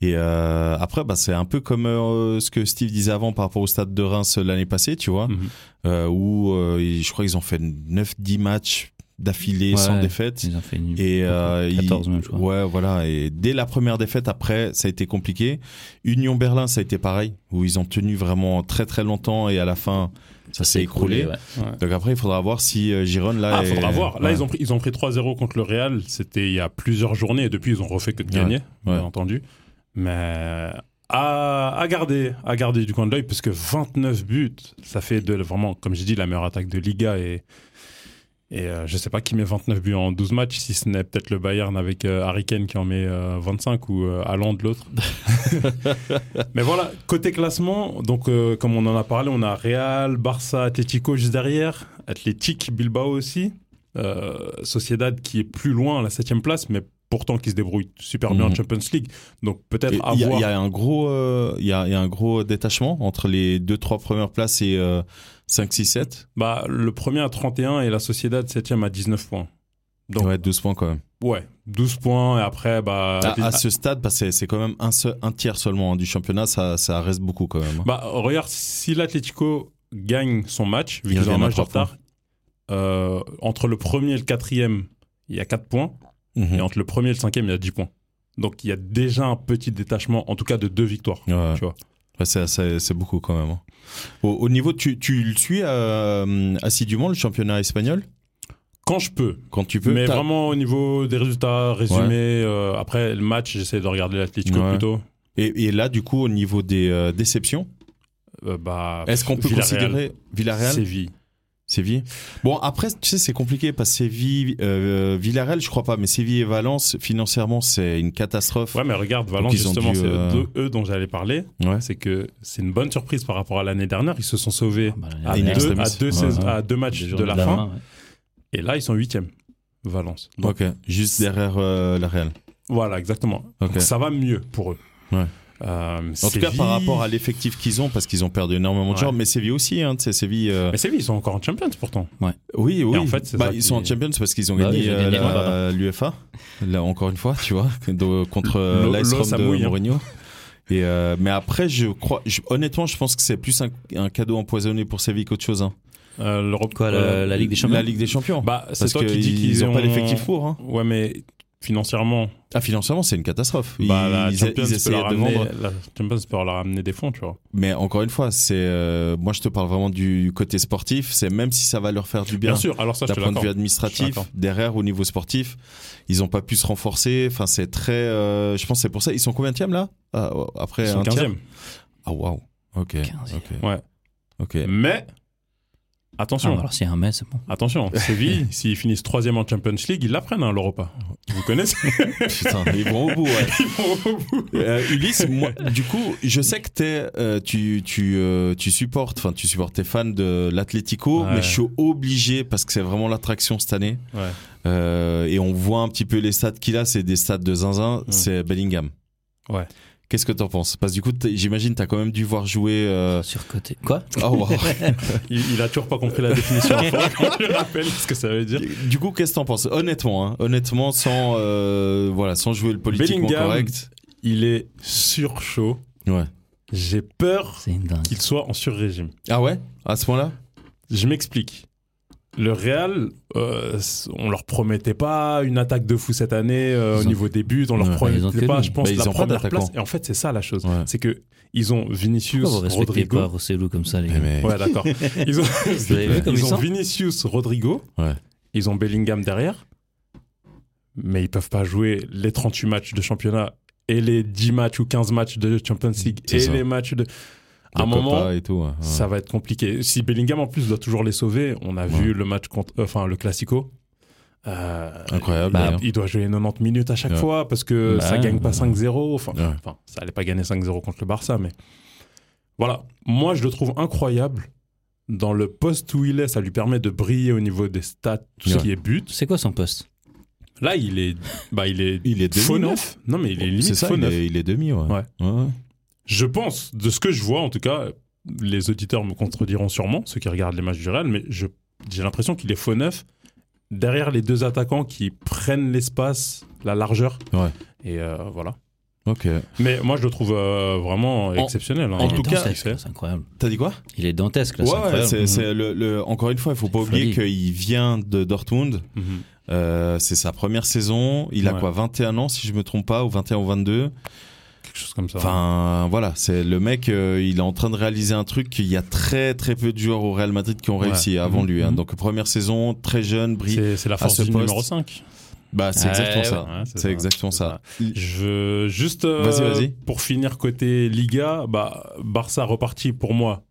Et euh, après, bah, c'est un peu comme euh, ce que Steve disait avant par rapport au stade de Reims euh, l'année passée, tu vois, Mhm. euh, où euh, ils- je crois qu'ils ont fait 9-10 matchs d'affilée Ouais. sans défaite. Ils ont fait une... Et euh, ils- 14 même, je crois. Ouais, voilà. Et dès la première défaite, après, ça a été compliqué. Union Berlin, ça a été pareil, où ils ont tenu vraiment très très longtemps et à la fin, ça s'est écroulé. ouais. Donc après, il faudra voir si euh, Gironne là. Ah, est- faudra voir. Là, Ouais. ils ont pris, ils ont pris 3-0 contre le Real. C'était il y a plusieurs journées. Et depuis, ils ont refait que de Ouais, gagner, bien ouais. entendu. Mais à, à garder, à garder du coin de l'œil, parce que 29 buts, ça fait de, vraiment, comme j'ai dit, la meilleure attaque de Liga. Et, et euh, je sais pas qui met 29 buts en 12 matchs, si ce n'est peut-être le Bayern avec euh, Harry Kane qui en met euh, 25 ou euh, Haaland l'autre. Mais voilà, côté classement, donc euh, comme on en a parlé, on a Real, Barça, Atlético juste derrière, Athletic, Bilbao aussi, euh, Sociedad qui est plus loin à la 7 place, mais pourtant qui se débrouille super bien en Mhm. Champions League. Donc Et peut-être Il y, a- avoir. il y a un gros, euh, il y, a il y a un gros détachement entre les deux trois premières places et euh, 5, 6, 7. Bah, le premier à 31 et la Sociedad 7 à 19 points. Donc ouais, ouais, 12 points quand même. 12 points et après, bah. À- Atleti- à, ce stade, parce que c'est- c'est quand même un, seul, un tiers seulement hein, du championnat, ça, ça reste beaucoup quand même. hein. Bah, regarde, si l'Atlético gagne son match, vu Il qu'ils ont un revient à match de trois points. retard, euh, entre le premier et le quatrième, il y a 4 points. Mhm. Et entre le premier et le cinquième, il y a 10 points. Donc il y a déjà un petit détachement, en tout cas de deux victoires. Ouais. Tu vois. Ouais, c'est- c'est c'est beaucoup quand même. hein. Au, au niveau, tu, tu le suis euh, assidûment le championnat espagnol Quand je peux. quand tu peux. Mais t'as- vraiment au niveau des résultats, résumé, euh, après le match, j'essaie de regarder l'Atlético Ouais. plutôt. Et, et là, du coup, au niveau des euh, déceptions, Euh, bah, est-ce qu'on peut Villarreal, considérer Villarreal, Séville Séville Bon, après, tu sais, c'est compliqué parce que Séville, euh, Villarreal, je crois pas, mais Séville et Valence, financièrement, c'est une catastrophe. Ouais, mais regarde, Valence, Donc, ils ont justement, dû, c'est euh, de eux dont j'allais parler. Ouais. C'est que c'est une bonne surprise par rapport à l'année dernière. Ils se sont sauvés Ah, bah, à, in l'année deux, dernière, à, extremis. deux sais- Ouais, ouais. à deux matchs deux de journées la fin. Et là, ils sont huitièmes. Valence. Donc, Ok, juste derrière euh, la Real. Voilà, exactement. Ok. Donc, ça va mieux pour eux. Ouais. Euh, En tout cas, Séville- par rapport à l'effectif qu'ils ont, parce qu'ils ont perdu énormément de Ouais. joueurs, mais Séville aussi, hein, tu sais, Séville. euh, Mais Séville, ils sont encore en Champions pourtant. Oui, oui. en fait, c'est Bah, ça ils qui- sont en Champions parce qu'ils ont Bah gagné oui, ils ont gagné, ouais, euh, la- l'UFA. Là, encore une fois, tu vois, que- de- contre euh, L'eau- l'AS l'eau, Rome ça de mouille, hein. Mourinho. Et euh, mais après, je crois, je- honnêtement, je pense que c'est plus un, un cadeau empoisonné pour Séville qu'autre chose. hein. Euh, l'Europe- Quoi, euh, le- la Ligue des Champions La Ligue des Champions. Bah, c'est parce toi qui dis qu'ils n'ont ont pas l'effectif pour. hein. Ouais, mais financièrement, Ah, financièrement, c'est une catastrophe. bah, la ils, Champions ils peut essayaient leur de ramener- vendre. la Champions peut leur ramener des fonds, tu vois. Mais encore une fois, c'est euh, moi, je te parle vraiment du côté sportif. C'est même si ça va leur faire du bien. Bien, sûr, alors ça, je d'un te point de l'accorde. vue Je suis administratif, d'accord. derrière au niveau sportif, ils n'ont pas pu se renforcer. Enfin, c'est très. euh, je pense que c'est pour ça. Ils sont combien de là Ah, oh, Après Ils sont un tiers 15e. Ah waouh. Ok. 15e. Ok. Ouais. Ok. Mais, Ah, bah, attention, Ah, Ah. alors, s'il y a un mais, c'est bon. attention, Séville, s'ils finissent 3 en Champions League, ils la prennent, hein, l'Europa. vous connaissez. Putain, ils vont au bout, ouais. Euh, Ulysse, moi, du coup, je sais que t'es, euh, tu, tu, euh, tu supportes, enfin, tu supportes, t'es fan de l'Atlético, Ouais. mais je suis obligé parce que c'est vraiment l'attraction cette année. Ouais. Euh, et on voit un petit peu les stats qu'il a, c'est des stats de zinzin, c'est Bellingham. Hum. Ouais. Qu'est-ce que t'en penses Parce que du coup, t'es- j'imagine t'as quand même dû voir jouer. Ah. euh, Surcoté. Quoi oh, wow. Il, il a toujours pas compris la définition. Il faudra qu'on lui rappelle ce que ça veut dire. du coup, qu'est-ce que t'en penses Honnêtement, hein, honnêtement, sans euh, voilà, sans jouer le politiquement Bellingham. correct. Il est sur chaud. Ouais. J'ai peur C'est une dingue. qu'il soit en sur-régime. Ah ouais À ce point-là Je m'explique. Le Real, euh, c- on leur promettait pas une attaque de fou cette année euh, au Ils ont- niveau des buts. On leur Ouais, ils ont promettait que pas, lui. je pense, Bah, ils la ont pas première d'attaquant. place. Et en fait, c'est ça la chose. Ouais. C'est que ils ont Vinicius, Pourquoi vous respectez Rodrigo. Eh, pas Rossellou comme ça, les Mais mec. gars Ouais, d'accord. Ils ont, Vous avez vu comme ils ils ont sont Vinicius, Rodrigo. Ouais. Ils ont Bellingham derrière. Mais ils peuvent pas jouer les 38 matchs de championnat et les 10 matchs ou 15 matchs de Champions League C'est et ça. les matchs de. À un De moment, Copa et tout, ouais, ouais. ça va être compliqué. Si Bellingham en plus doit toujours les sauver, on a vu le match contre, euh, enfin le Classico. Euh, Incroyable. Bah, d'ailleurs. il doit jouer 90 minutes à chaque Ouais. fois parce que Bah, ça gagne pas ouais. 5-0. Enfin, Ouais. enfin, ça allait pas gagner 5-0 contre le Barça, mais voilà. Moi, je le trouve incroyable dans le poste où il est. Ça lui permet de briller au niveau des stats, tout ce Ouais. qui est but. C'est quoi son poste Là, il est, bah, il est, Il est demi, faux non neuf. Non, mais il est C'est limite ça, faux il neuf. est, il est demi, ouais. Ouais. ouais. Je pense, de ce que je vois en tout cas, les auditeurs me contrediront sûrement, ceux qui regardent les matchs du Real, mais je- j'ai l'impression qu'il est faux neuf derrière les deux attaquants qui prennent l'espace, la largeur. Ouais. Et euh, voilà. Ok. Mais moi, je le trouve euh, vraiment exceptionnel. hein. en Il est tout cas, il dantesque, fait. là, c'est incroyable. T'as dit quoi Il est dantesque, là, Ouais, c'est ouais, incroyable. c'est, Mhm. c'est le, le- encore une fois, il faut pas Folie. oublier qu'il vient de Dortmund. Mhm. Euh, c'est sa première saison. Il a Ouais. quoi 21 ans, si je me trompe pas, ou 21 ou 22. Quelque chose comme ça. hein. Enfin, voilà, c'est le mec, euh, il est en train de réaliser un truc qu'il y a très très peu de joueurs au Real Madrid qui ont Ouais. réussi avant Mhm. lui. hein. Mhm. Donc première saison, très jeune, brille. c'est c'est la à force ce du poste. numéro 5. Bah, c'est Ouais, exactement ça. ouais. c'est, exactement ça. Je veux juste euh, Vas-y, vas-y. pour finir côté Liga, bah Barça reparti pour moi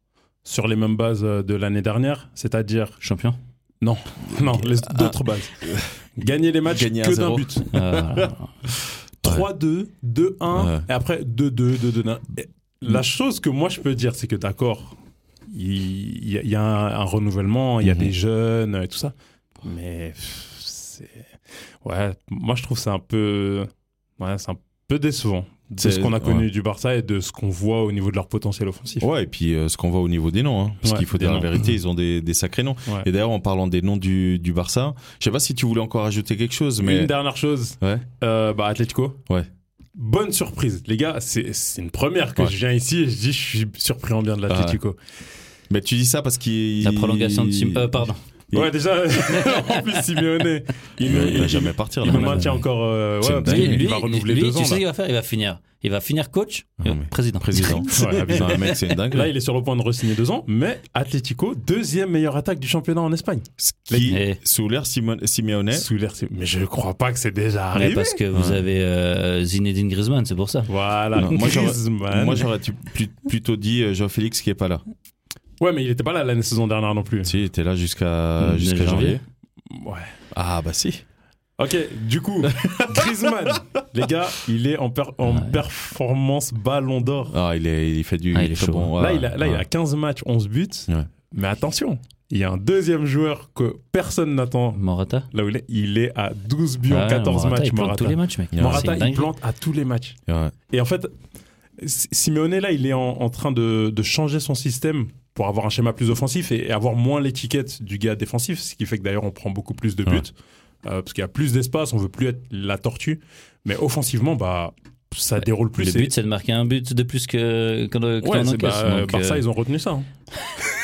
sur les mêmes bases euh, de l'année dernière, c'est-à-dire Champion non les d'autres bases. Gagner les matchs euh, ah. Gagner que 1-0. d'un but. Euh, 3-2, 2-1 Ouais. Mm. et après 2-2, 2-2. Et La chose que moi je peux dire, c'est que d'accord, il il y, a- il y a un, un renouvellement, il y a Mhm. des jeunes et tout ça, mais pff, c'est ouais, moi je trouve c'est un peu ouais, c'est un peu décevant de C'est- ce qu'on a connu ouais. du Barça et de ce qu'on voit au niveau de leur potentiel offensif. Ouais, et puis euh, ce qu'on voit au niveau des noms, hein, parce Ouais, qu'il faut des dire la noms. vérité, ils ont des, des sacrés noms. Ouais. Et d'ailleurs, en parlant des noms du, du Barça, je sais pas si tu voulais encore ajouter quelque chose, mais Une dernière chose, Ouais. euh, bah, Atletico. Ouais. Bonne surprise, les gars. C'est c'est une première que Ouais. je viens ici et je dis je suis surpris en bien de l'Atletico. mais tu dis ça parce qu'il la prolongation de Sim... euh, pardon. Bah Il- Ouais, déjà, en plus, Simeone, il, il nous- va- il va il- jamais partir. il là. nous maintient encore. euh, ouais, C'est parce dingue. qu'il Lui, va lui, renouveler lui, deux tu ans. sais ce qu'il Là. Ah, va faire Il va finir. Il va finir coach, euh, Non, mais- président. Président. Ouais, Putain, bizarre. mec, c'est une dingue. Là, il est sur le point de re-signer deux ans, mais Atletico, deuxième meilleure attaque du championnat en Espagne. Ce qui, Eh. sous l'air Simone- Simeone, Sous l'air, c'est- mais je crois pas que c'est déjà Ouais, arrivé. parce que vous Ouais. avez euh, Zinedine Griezmann, c'est pour ça. Voilà, Non, moi, j'aurais- Griezmann. moi j'aurais tu- plu- plutôt dit euh, Jean-Félix qui est pas là. Ouais, mais il était pas là la saison dernière non plus. Si, il était là jusqu'à Euh, Mm, jusqu'à janvier. janvier. Ouais. Ah bah si. Ok, du coup, Griezmann, les gars, il est en, per- en Ouais. performance ballon d'or. Ah, il, est, il fait du. Ah, il il est est très chaud. bon. ouais, là, il a, là, il a ouais. 15 matchs, 11 buts. Ouais. Mais attention, il y a un deuxième joueur que personne n'attend. Morata Là où il est, il est à 12 buts en Ouais, 14 Morata, matchs. Il plante Morata, tous les matchs, mec. Morata, C'est une il dinguerie. plante à tous les matchs. Ouais. Et en fait, Si- Simeone, là, il est en, en train de, de changer son système pour avoir un schéma plus offensif et, et avoir moins l'étiquette du gars défensif, ce qui fait que d'ailleurs on prend beaucoup plus de buts, Ouais. euh, parce qu'il y a plus d'espace, on veut plus être la tortue. Mais offensivement, bah, ça déroule plus. Le et- but, c'est de marquer un but de plus que quand que Ouais, l'on c'est- encaisse. bah, euh, Donc, Barça, euh, ils ont retenu ça. hein.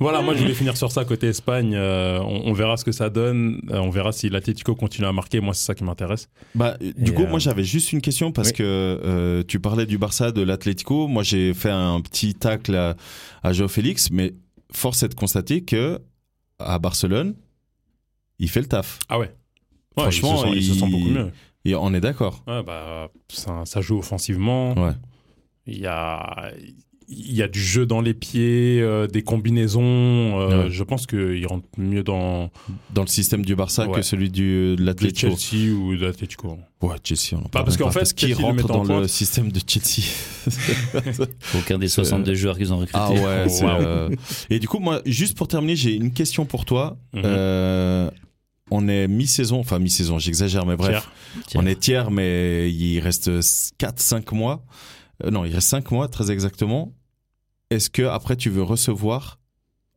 voilà, moi je voulais finir sur ça côté Espagne. euh, on, on verra ce que ça donne. euh, on verra si l'Atletico continue à marquer. Moi, c'est ça qui m'intéresse. Bah, du Et, coup, euh, moi j'avais juste une question parce oui. que euh, tu parlais du Barça, de l'Atlético. Moi j'ai fait un petit tacle à, à Joao Félix, mais force est de constater que à Barcelone, il fait le taf. Ah ouais. Franchement, Franchement, ils se, il- sentent beaucoup mieux. Et on est d'accord. Ouais, bah, ça, ça joue offensivement. Ouais. Il y a, il y a du jeu dans les pieds, euh, des combinaisons. euh, Ouais. Je pense qu'il rentre mieux dans dans le système du Barça Ouais. que celui du, de le l'Atlético. Chelsea ou de l'Atletico. Ouais, Chelsea, on en parle parce même qu'en pas, fait, qui Chelsea le met rentre en dans le pointe. système de Chelsea Aucun des 62 joueurs qu'ils ont recrutés. Ah ouais, c'est, Waouh. euh, Et du coup, moi, juste pour terminer, j'ai une question pour toi. Mhm. Euh, on est mi-saison, enfin mi-saison, j'exagère, mais bref. Tiers. Tiers. On est tiers, mais il reste 4-5 mois. Euh, non, il reste 5 mois, très exactement. Est-ce que après tu veux recevoir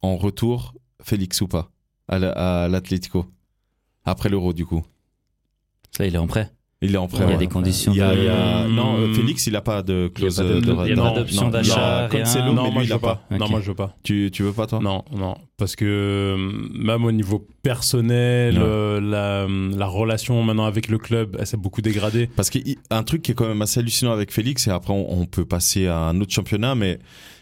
en retour Félix ou pas à la- à l'Atlético Après l'Euro, du coup. Là, il est en prêt. Il est en prêt. il y a ouais. des conditions. Il y a- de- il y a- Mm. Non, euh, Félix, il n'a pas de clause Il y a pas de, de- il y a pas euh, non, d'option non, d'achat, il a rien. Cancelo, non, mais moi, lui, il je l'a veux pas. pas. Non, Ok. moi, je veux pas. Tu, tu veux pas, toi Non, non, parce que euh, même au niveau personnel, Ouais. euh, la, la relation maintenant avec le club, elle s'est beaucoup dégradée. Parce qu'un truc qui est quand même assez hallucinant avec Félix, et après on, on peut passer à un autre championnat, mais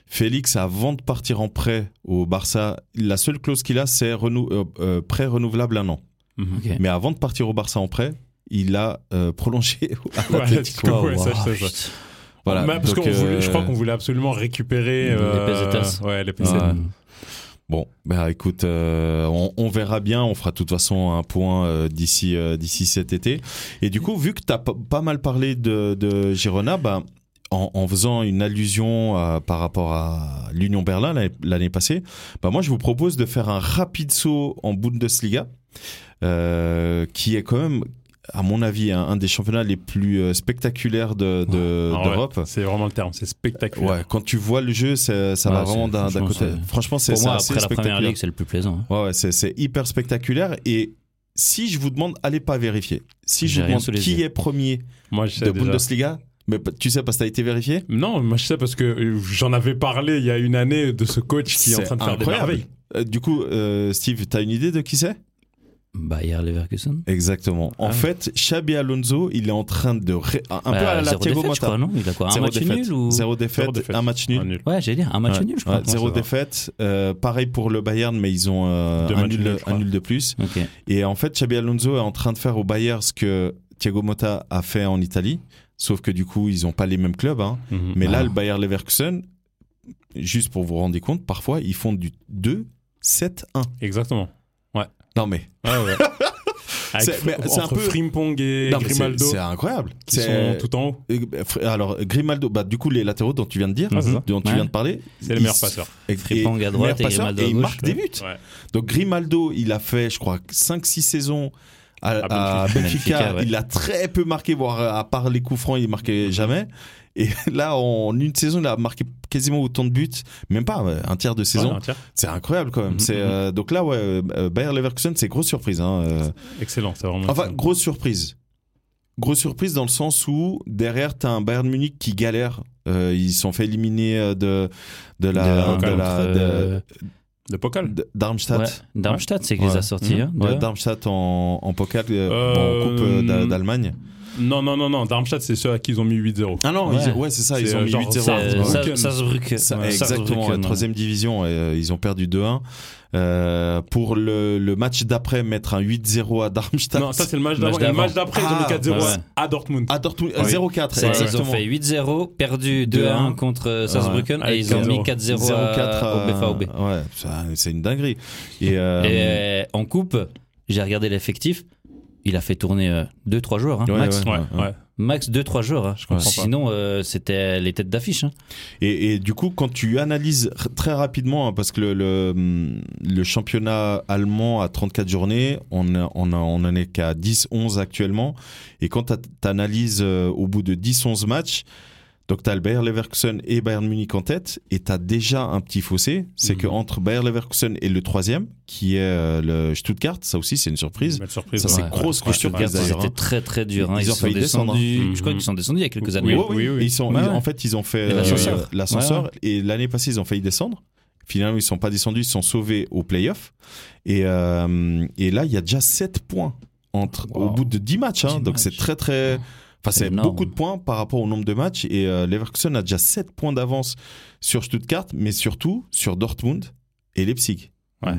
Félix, avant de partir en prêt au Barça, la seule clause qu'il a, c'est renou- euh, euh, prêt renouvelable un an. Ok. Mais avant de partir au Barça en prêt, il a euh, prolongé à Ouais, l'Atlético. ouais, Waouh, ça, ça, ça. putain. Voilà. Mais parce Donc, qu'on voulait- euh, je crois qu'on voulait absolument récupérer Les euh, pesetas. Ouais, les Ouais. pesetas. Bon, bah écoute, euh, on, on verra bien, on fera de toute façon un point euh, d'ici euh, d'ici cet été. Et du coup, vu que tu as pas mal parlé de, de Girona, bah, en, en faisant une allusion à- par rapport à l'Union Berlin l'année- l'année passée, bah moi je vous propose de faire un rapide saut en Bundesliga, euh, qui est quand même, à mon avis, un, un des championnats les plus euh, spectaculaires de- de- Ah ouais, Euh, d'Europe. C'est vraiment le terme, c'est spectaculaire. Ouais, quand tu vois le jeu, ça, ça Ouais, va c'est- vraiment d'un d'un franchement, côté. c'est- Franchement, c'est Pour c'est moi, assez après la première spectaculaire. ligue, c'est le plus plaisant. hein. Ouais, ouais, c'est, c'est hyper spectaculaire. Et si je vous demande, allez pas vérifier. Si J'ai je vous rien demande sous les qui yeux. est premier Moi, je sais de déjà. Bundesliga, mais p- tu sais parce que t'as été vérifié Non, moi, je sais parce que euh, j'en avais parlé il y a une année de ce coach qui est en C'est train de faire des incroyable. merveilles. Euh, Du coup, euh, Steve, t'as une idée de qui c'est Bayer Leverkusen. Exactement. En Ah. fait, Xabi Alonso, il est en train de. ré- Un un peu Bah, à la zéro Thiago défaite, je Motta. crois, non Il a quoi Un Zéro match défaite. nul ou Zéro défaite, Zéro défaite. un match nul. Ah, nul. Ouais, j'allais dire un match Ouais. nul, je Ouais, crois. zéro ça va. défaite. Euh, pareil pour le Bayern, mais ils ont euh, Deux un, matchs nul, nuls, je un crois. nul de plus. Ok. Et en fait, Xabi Alonso est en train de faire au Bayern ce que Thiago Motta a fait en Italie, sauf que du coup, ils n'ont pas les mêmes clubs. hein. Mhm. Mais là, Ah. le Bayern Leverkusen, juste pour vous rendre compte, parfois, ils font du 2-7-1. Exactement. Non mais, Ah ouais. Avec C'est- mais Fr- c'est un entre peu- Frimpong et non, mais c'est- Grimaldo c'est incroyable. qui sont C'est- tout en haut. Euh, fr- Alors, Grimaldo, bah, du coup, les latéraux dont tu viens de dire, Ah, c'est ça. dont tu Ouais. viens de parler, C'est les Mhm. ils- meilleurs passeurs. et- Frimpong à et- droite meilleurs et passeurs, Grimaldo à et ils gauche, marquent ouais. des buts. Ouais. Donc Grimaldo, il a fait, je crois, 5-6 saisons à, À à Benfica. Benfica. Benfica, ouais. Il a très peu marqué, voire à part les coups francs, il marquait jamais. Et là, en une saison, il a marqué quasiment autant de buts, même pas euh, un tiers de saison. Ouais, un tiers. C'est incroyable quand même. Mhm, C'est, euh, donc là, ouais, euh, Bayer Leverkusen, c'est grosse surprise. hein, euh. Excellent, c'est vraiment. Enfin, excellent. grosse surprise. Grosse surprise dans le sens où derrière, t'as un Bayern Munich qui galère. Euh, ils se sont fait éliminer euh, de, de la. De de la- de- Euh, le Pokal. de- D'Armstadt. ouais, Darmstadt, c'est qu'il Ouais. Mmh. les a sortis. hein, Ouais, de- Darmstadt en, en Pokal, euh, Euh, bon, en Coupe euh, d'a- d'Allemagne. Non, non, non, non. Darmstadt, c'est ceux à qui ils ont mis 8-0. Ah non, Ouais. ils- ouais, c'est ça, ils C'est, ont euh, mis genre 8-0. Ça- Saarbrücken. Ouais. ça- Saarbrücken. Ça- Ouais, exactement, la Saarbrücken, troisième division, et, euh, ils ont perdu 2-1. Euh, pour le, le match d'après, mettre un 8-0 à Darmstadt. Non, ça, c'est le match Match d'avant. Et Le d'avant. match d'après, ils ont Ah, mis 4-0 ouais. à Dortmund. à Dortmund, Oui. 0-4, C'est- Ah Ils ont exactement. fait 8-0, perdu 2-1 contre Saarbrücken Ouais. et ils ont mis 4-0. 4-0 à- au BFAOB. Ouais, ça, c'est une dinguerie. Et, euh, Et en coupe, j'ai regardé l'effectif. Il a fait tourner 2-3 joueurs, hein, ouais, max. ouais, Ouais, ouais. ouais. Max 2-3 joueurs. hein. comprends pas. Sinon, euh, c'était les têtes d'affiche. hein. Et, et du coup, quand tu analyses r- très rapidement, hein, parce que le, le, hum, le championnat allemand a 34 journées, on, a- on, a- on en est qu'à 10-11 actuellement. Et quand tu analyses au bout de 10-11 matchs, donc tu as le Bayer Leverkusen et Bayern Munich en tête, et tu as déjà un petit fossé, c'est Mhm. que entre Bayer Leverkusen et le troisième, qui est euh, le Stuttgart, ça aussi c'est une surprise. Belle surprise. Ça, c'est ouais. grosse Ouais, surprise, ouais. Regarde, d'ailleurs, C'était hein. très très dur. hein. Ils Ils, ont sont failli descendre, Mmh. Oh. descendus. hein. Je crois qu'ils sont descendus il y a quelques années. Oui, Ouais, oui, oui. Ils sont, Ouais, ils- ouais. En fait, ils ont fait Et l'ascenseur. euh, l'ascenseur. Et l'année passée, ils ont failli descendre. Finalement, ils sont pas descendus, ils se sont sauvés au playoff. Et, euh, et là, il y a déjà 7 points entre, au Wow. bout de 10 matchs. hein. 10 donc, matchs. c'est très, très. Enfin, c'est Énorme. beaucoup de points par rapport au nombre de matchs. Et euh, Leverkusen a déjà 7 points d'avance sur Stuttgart, mais surtout sur Dortmund et Leipzig. Ouais.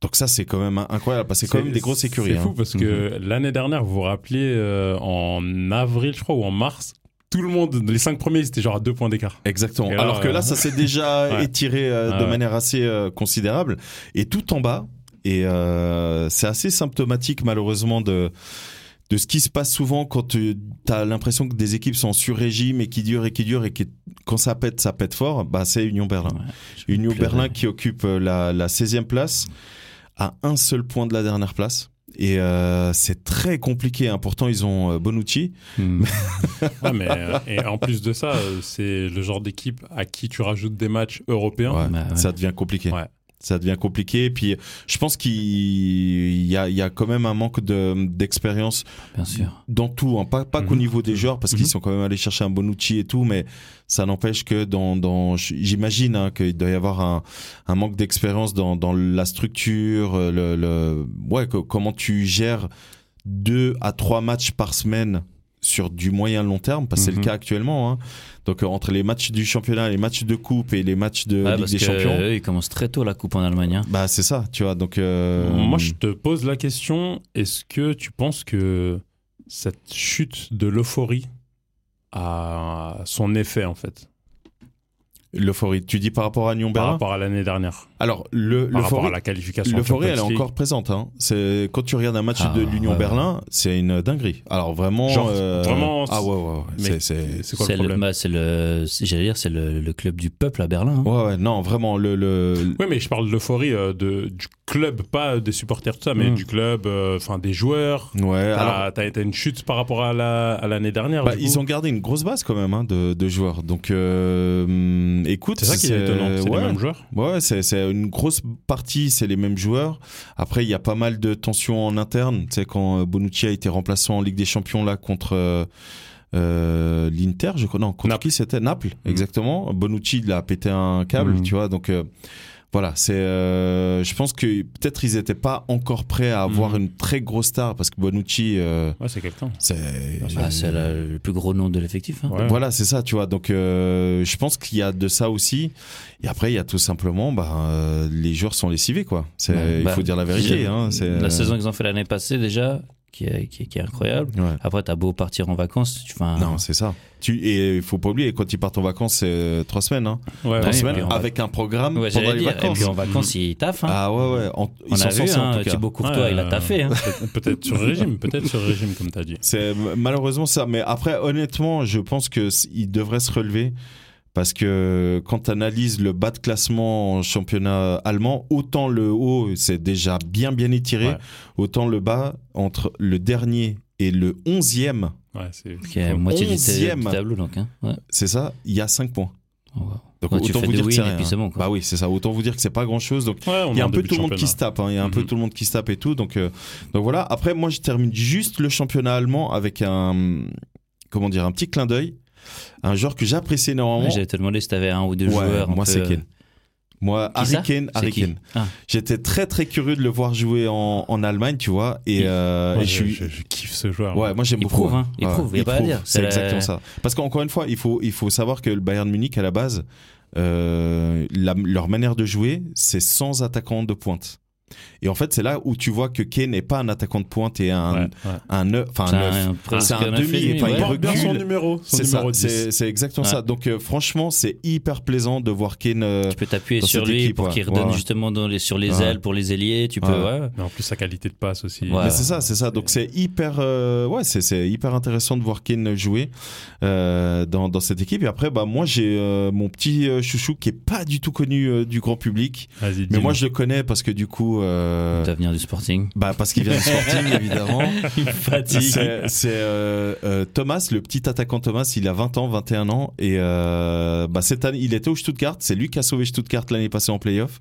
Donc, ça, c'est quand même hein, incroyable. parce que C'est quand même des grosses écuries. C'est fou hein. parce que l'année dernière, vous vous rappelez, euh, en avril, je crois, ou en mars, Tout le monde, les cinq premiers, c'était genre à deux points d'écart. Exactement. Et là, Alors que là, euh, ça s'est déjà ouais. étiré euh, de Ouais. manière assez euh, considérable. Et tout en bas, et euh, c'est assez symptomatique malheureusement de de ce qui se passe souvent quand tu as l'impression que des équipes sont sur régime et qui durent et qui durent et qui quand ça pète, ça pète fort, bah c'est Union Berlin. Ouais, je Union pleurais. Berlin qui occupe euh, la, la 16e place à un seul point de la dernière place. Et euh, c'est très compliqué. hein. Pourtant, ils ont euh, Bonucci. Mmh, Ouais, mais, euh, et en plus de ça, euh, c'est le genre d'équipe à qui tu rajoutes des matchs européens. Ouais, bah ouais. Ça devient compliqué. Ouais. Ça devient compliqué. Et puis, je pense qu'il il y a, il y a quand même un manque de- d'expérience Bien sûr. dans tout. hein. Pas, pas qu'au Mhm. niveau des joueurs, parce Mhm. qu'ils sont quand même allés chercher un Bonucci et tout, mais ça n'empêche que dans. dans J'imagine hein, qu'il doit y avoir un, un manque d'expérience dans, dans la structure, euh, le, le, ouais, co- comment tu gères deux à trois matchs par semaine sur du moyen long terme, parce que c'est Mhm. le cas actuellement. hein. Donc, euh, entre les matchs du championnat, les matchs de coupe et les matchs de Ouais, Ligue parce des que, Champions. eux, ils commencent très tôt la coupe en Allemagne. hein. Bah c'est ça, tu vois. Donc euh, Moi, je te pose la question est-ce que tu penses que cette chute de l'euphorie a son effet, en fait, l'euphorie. Tu dis par rapport à Nyon par Berlin. rapport à l'année dernière Alors le Par rapport l'euphorie, à la qualification. l'euphorie, elle est Champions League. encore présente. Hein. C'est quand tu regardes un match Ah, de l'Union ouais, ouais. Berlin, c'est une dinguerie. Alors vraiment, Genre, euh, vraiment, Ah ouais ouais. ouais. mais- C'est, c'est- C'est quoi C'est le le- problème bah, c'est le, c'est- j'allais dire, c'est le, le club du peuple à Berlin. hein. ouais ouais. Non vraiment le le. Oui, mais je parle de l'euphorie euh, de- du club, pas des supporters, tout ça, mais Mm. du club, euh, enfin des joueurs. Ouais. Hmm. Alors T'as t'as- t'as une chute par rapport à la- à l'année dernière. bah, Ah, du coup. ils ont gardé une grosse base quand même hein, de, de joueurs. Donc euh, hum, écoute, C'est ça qui est étonnant, c'est ouais. les mêmes joueurs. Ouais, c'est, c'est une grosse partie, c'est les mêmes joueurs. Après, il y a pas mal de tensions en interne. Tu sais, quand euh, Bonucci a été remplaçant en Ligue des Champions, là, contre euh, euh, l'Inter, je crois. Non, contre Naples. qui c'était Naples, exactement. Bonucci, il a pété un câble, Mhm. tu vois. Donc, euh, voilà, c'est. euh, je pense que peut-être ils n'étaient pas encore prêts à avoir une très grosse star parce que Bonucci, euh, Ouais, c'est quelqu'un. c'est. Bah, c'est la- le plus gros nom de l'effectif. hein. Ouais. Voilà, c'est ça, tu vois. Donc, euh, je pense qu'il y a de ça aussi. Et après, il y a tout simplement, bah, euh, les joueurs sont lessivés, quoi. C'est, Ouais, il bah, faut dire la vérité. Hein, c'est, La saison qu'ils ont fait l'année passée, déjà, qui est, qui est- qui est Ah. incroyable. Ouais. Après, t'as beau partir en vacances, tu fais un- Non, c'est ça. Tu, et il faut pas oublier, quand ils partent en vacances, c'est euh, trois semaines. Hein. Ouais, Trois Ouais, semaines puis on va- avec un programme Ouais, pendant j'allais les dire. Et vacances. puis en vacances, ils taffent. hein. Ah ouais, ouais. En- ils On sont a vu, censés, en hein, tout cas. Thibaut Courtois, Ouais, il a euh, taffé. hein. Peut-être sur le régime, peut-être sur le régime, comme t'as dit. C'est malheureusement ça. Mais après, honnêtement, je pense que s- il devrait se relever. Parce que quand tu analyses le bas de classement en championnat allemand, autant le haut, c'est déjà bien bien étiré, Ouais. autant le bas, entre le dernier et le onzième, Ouais, c'est. Qui est moitié du, ta- onzième. du tableau, donc. hein. Ouais. c'est ça, il y a 5 points. Oh, wow. Donc Ouais, tu fais deux que wins rien, et puis c'est bon. quoi. Bah oui, c'est ça. Autant vous dire que c'est pas grand chose. Donc Ouais, on il y est a en un peu début tout le de monde qui se championnat. tape, hein. il y a un peu Mhm. tout le monde qui se tape et tout. Donc, euh, donc voilà, après moi je termine juste le championnat allemand avec un, comment dire, un petit clin d'œil, un joueur que j'apprécie énormément. Ouais, J'allais te demander si t'avais un ou deux Ouais, joueurs. un moi peu- c'est Kane. Moi, Qui ça Harry Kane, C'est Harry qui Kane. Ah, J'étais très très curieux de le voir jouer en, en Allemagne, tu vois. Et, Il- euh, Ouais, et je je, suis. je- je kiffe ce joueur. Ouais, moi j'aime Il beaucoup. prouve, hein. Il Ouais, prouve, il y a pas à dire. C'est C'est la- exactement ça. Parce qu'encore une fois, il faut, il faut savoir que le Bayern Munich, à la base, euh, la- leur manière de jouer, c'est sans attaquant de pointe. Et en fait, c'est là où tu vois que Kane n'est pas un attaquant de pointe et un, Ouais, ouais. un neuf- enfin un c'est neuf. un- presque c'est un neuf et demi, demi, enfin, ouais. Il porte bien son recule. numéro, son C'est ça, numéro 10. c'est c'est exactement Ouais. ça. Donc euh, franchement, c'est hyper plaisant de voir Kane. euh, Tu peux t'appuyer dans sur cette lui équipe, pour ouais. qu'il redonne Ouais, ouais. justement dans les, sur les Ouais. ailes pour les ailiers. Tu peux. Ouais. ouais. Mais en plus, sa qualité de passe aussi. Ouais. Mais c'est ça, c'est ça. Donc c'est hyper, euh, ouais, c'est c'est hyper intéressant de voir Kane jouer euh, dans dans cette équipe. Et après, bah moi j'ai euh, mon petit euh, chouchou qui est pas du tout connu euh, du grand public, Vas-y, mais dis-nous. moi je le connais parce que du coup, euh, D'avenir du Sporting. bah parce qu'il vient du Sporting évidemment. Fatigue. C'est c'est, euh, euh, Thomas, le petit attaquant Thomas, il a 20 ans, 21 ans et euh, bah, cette année, il était au Stuttgart, c'est lui qui a sauvé Stuttgart l'année passée en playoff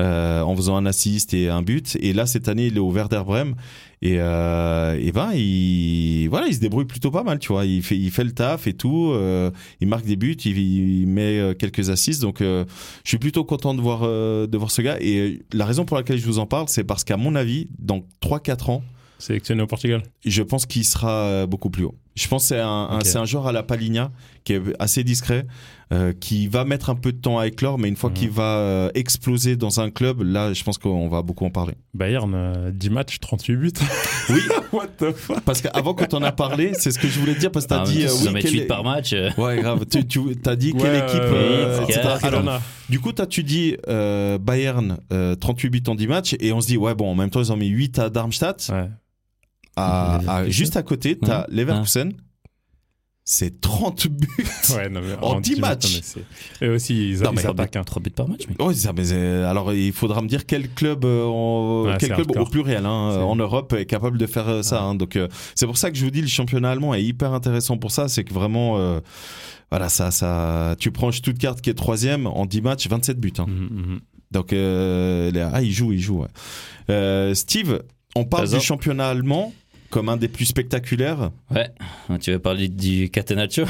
euh, en faisant un assist et un but et là cette année il est au Werder Bremen et, euh, et ben il voilà, il se débrouille plutôt pas mal, tu vois, il fait il fait le taf et tout, euh, il marque des buts, il, il met euh, quelques assists donc euh, je suis plutôt content de voir euh, de voir ce gars et la raison pour laquelle je vous en parle, c'est parce qu'à mon avis, dans 3 4 ans Sélectionné au Portugal. je pense qu'il sera euh, beaucoup plus haut. Je pense que c'est un, un- Ok. c'est un genre à la Palinia qui est assez discret, euh, qui va mettre un peu de temps à éclore, mais une fois Mhm. qu'il va euh, exploser dans un club, là, je pense qu'on va beaucoup en parler. Bayern, euh, 10 matchs, 38 buts. Oui, What the fuck parce qu'avant quand on a parlé, c'est ce que je voulais dire, parce que t'as Ah, dit... mais euh, si oui, en mettent quelle huit est- par match. euh, Ouais, grave. Tu, tu as dit quelle équipe, euh, Huit, etc. quatre. Alors, Barcelona. du coup, t'as tu dis euh, Bayern, euh, 38 buts en 10 matchs, et on se dit, ouais, bon, en même temps, ils ont mis 8 à Darmstadt. Ouais. À- Les à- Africains. juste à côté, t'as Ouais. Leverkusen. C'est 30 buts. Ouais, non, mais En 10 dix matchs. non, mais c'est- Eux aussi, ils, Non, ils mais- attaquent. hein. Trois buts par match, mec. Ouais, ça, mais, euh, alors, il faudra me dire quel club, euh, en- Ouais, quel c'est club au hardcore. pluriel hein, C'est- en Europe est capable de faire euh, ça. hein. donc, euh, c'est pour ça que je vous dis, le championnat allemand est hyper intéressant pour ça. C'est que vraiment, euh, voilà, ça, ça, tu prends Stuttgart qui est troisième en 10 matchs, 27 buts. hein. Mhm, mhm. Donc, euh, les- ah, il joue, il joue. ouais. Euh, Steve, on parle Tazor. du championnat allemand comme un des plus spectaculaires. Ouais. Tu veux parler du Catenaccio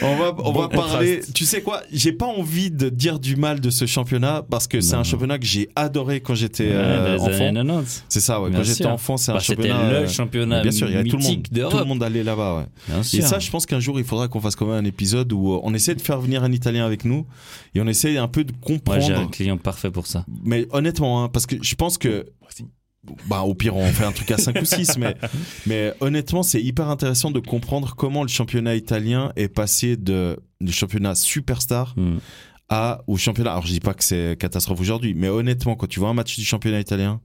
On va, on Bon va contraste. parler. Tu sais quoi J'ai pas envie de dire du mal de ce championnat parce que c'est Non. un championnat que j'ai adoré quand j'étais Ouais, euh, des enfant. années 90. C'est ça, ouais. Bien Quand j'étais sûr. enfant, c'est un Bah, C'était championnat. euh, le championnat bien sûr, il y avait tout le monde, mythique tout le d'Europe. monde allait là-bas. ouais. Bien Et sûr. ça, je pense qu'un jour, il faudra qu'on fasse quand même un épisode où euh, on essaie de faire venir un Italien avec nous et on essaie un peu de Moi, comprendre. j'ai un client parfait pour ça. mais honnêtement, hein, parce que je pense que, bah, au pire, on fait un truc à 5 ou 6 mais, mais honnêtement, c'est hyper intéressant de comprendre comment le championnat italien est passé de du championnat superstar Hmm. à au championnat. Alors je dis pas que c'est catastrophe aujourd'hui, mais honnêtement, quand tu vois un match du championnat italien,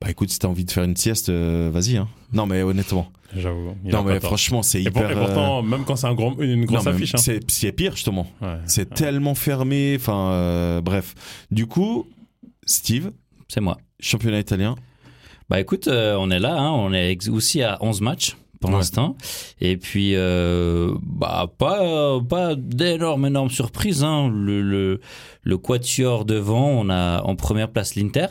bah écoute, si t'as envie de faire une sieste, euh, vas-y. hein. Non mais honnêtement, J'avoue. il a non pas mais tort. franchement, c'est Et, pour- hyper. et pourtant, même quand c'est un grand, une euh, grosse non, mais affiche. hein. c'est c'est pire justement. Ouais. C'est tellement fermé. Enfin euh, bref. Du coup, Steve, C'est moi. championnat italien. Bah écoute, euh, on est là, hein, on est ex- aussi à 11 matchs pour Ouais. l'instant. Et puis, euh, bah, pas, pas d'énormes, énormes surprises. Hein. Le, le, le quatuor devant, on a en première place l'Inter,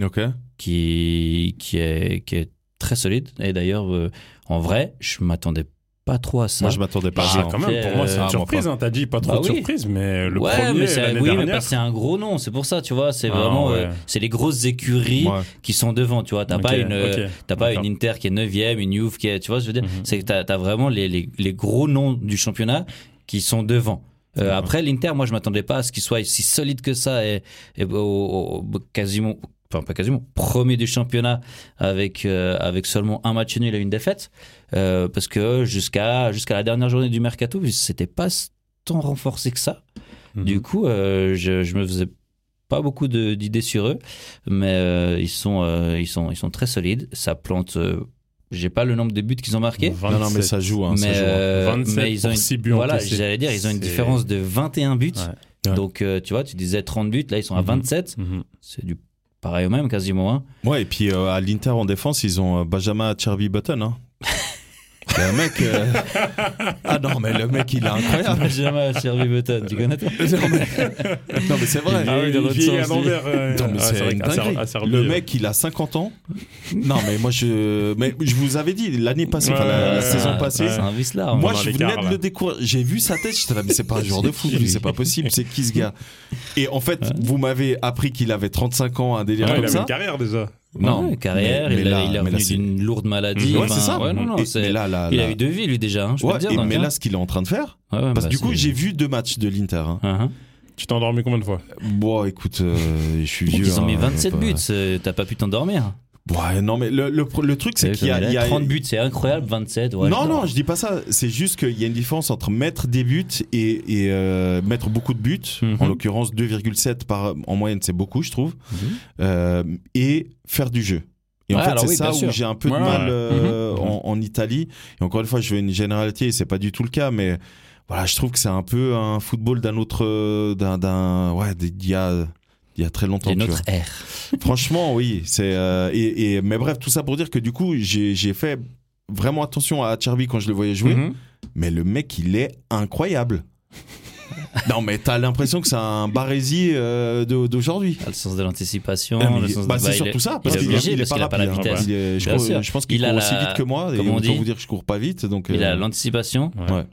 Ok. qui, qui, est, qui est très solide. Et d'ailleurs, euh, en vrai, je m'attendais pas trop à ça. Moi je m'attendais pas. Bah, à ça, j'ai hein. quand même, pour euh, moi, c'est ah, une moi, surprise. hein. T'as dit pas trop Bah de oui. surprise, mais le ouais, premier mais c'est l'année oui, mais dernière. parce que c'est un gros nom, c'est pour ça, tu vois. C'est Ah, vraiment, ouais. euh, c'est les grosses écuries Ouais. qui sont devant, tu vois. T'as Ok, pas une, euh, ok. T'as pas D'accord. une Inter qui est 9 une Juve qui est. Tu vois ce que je veux dire Mhm. C'est que t'as as vraiment les, les, les gros noms du championnat qui sont devant. Euh, D'accord. après, l'Inter, moi, je m'attendais pas à ce qu'il soit si solide que ça et, et au- au- au- quasiment. Enfin, pas quasiment, premier du championnat avec, euh, avec seulement un match nul et une défaite. Euh, parce que jusqu'à jusqu'à la dernière journée du mercato, c'était pas tant renforcé que ça. Mhm. Du coup, euh, je, je me faisais pas beaucoup de- d'idées sur eux, mais euh, ils sont euh, ils sont ils sont très solides. Ça plante. euh, J'ai pas le nombre de buts qu'ils ont marqués, 27. Non non mais ça joue. Hein, ça mais, joue, hein. euh, 27 mais ils ont pour une, six buts voilà, encaissés. j'allais dire, ils ont une C'est- différence de 21 buts. Ouais. Ouais. Donc euh, tu vois, tu disais 30 buts, là ils sont à Mhm. 27. Mhm. C'est du pareil au même quasiment. hein. Ouais, et puis euh, à l'Inter en défense, ils ont euh, Benjamin Cherby Button. Hein. Le mec. euh, Ah non, mais le mec, il est incroyable. Benjamin Sherby Button, tu connais toi Non, mais, non, mais c'est vrai. Il Ah est oui, de il l'autre vieillit à sens, lui. l'envers. euh, Non, mais ah, c'est vrai une qu'à Ser- dinguerie. à Serbie, Le euh, mec, il a 50 ans. Non, mais moi, je, mais je vous avais dit l'année passée, enfin, la, la Ouais, euh, saison Ah, passée. c'est un vice là. Moi, Dans je l'écart, venais de là. le découvrir. J'ai vu sa tête. J'étais là, mais c'est pas un joueur de foot, lui, c'est pas possible. C'est qui ce gars Et en fait, vous m'avez appris qu'il avait 35 ans, un délire ouais, il comme avait ça. une carrière déjà. Non, carrière, mais- mais il, a- là- il est mais là, revenu c'est- d'une lourde maladie. Ouais, Enfin, c'est ça. ouais, non, non, Et- c'est- mais là, là, il Ah là- a eu deux vies lui déjà. hein, je peux Ouais, te dire, et- dans le mais cas. là, ce qu'il est en train de faire, Ouais, ouais, parce bah, que du coup, c'est- j'ai vu deux matchs de l'Inter. hein. Uh-huh. Tu t'es endormi combien de fois Bon, écoute, euh, je suis vieux. Ils ont mis hein, 27 pas- buts, euh, t'as pas pu t'endormir. Ouais, non, mais le, le, le truc, c'est qu'il y a. il y a- 30 buts, c'est incroyable, 27. ouais, non, non, je dis pas ça. C'est juste qu'il y a une différence entre mettre des buts et, et, euh, mettre beaucoup de buts. Mhm. En l'occurrence, 2,7 par en moyenne, c'est beaucoup, je trouve. Mhm. Euh, et faire du jeu. Et en Ouais, fait, alors c'est oui, ça bien où sûr. j'ai un peu Ouais, de mal ouais. euh, Mhm. en, en Italie. Et encore une fois, je fais une généralité et c'est pas du tout le cas, mais voilà, je trouve que c'est un peu un football d'un autre, euh, d'un, d'un, ouais, d'il y a, il y a très longtemps. C'est tu vois. notre ère. Franchement, oui. C'est euh, et, et- mais bref, tout ça pour dire que du coup, j'ai j'ai fait vraiment attention à Cherby quand je le voyais jouer. Mhm. Mais le mec, il est incroyable. non, mais t'as l'impression que c'est un Barési euh, d'au- d'aujourd'hui. Le sens de l'anticipation, Ah, mais le il- sens bah, de- c'est bah, il surtout est- ça il parce est qu'il obligé il est parce pas qu'il a pas la rapide, hein. vitesse. Il est- je, Bien crois- sûr. je pense qu'il Il a court la- aussi vite que moi et comme on autant dit, vous dire je cours pas vite donc Il a euh, l'anticipation, ouais.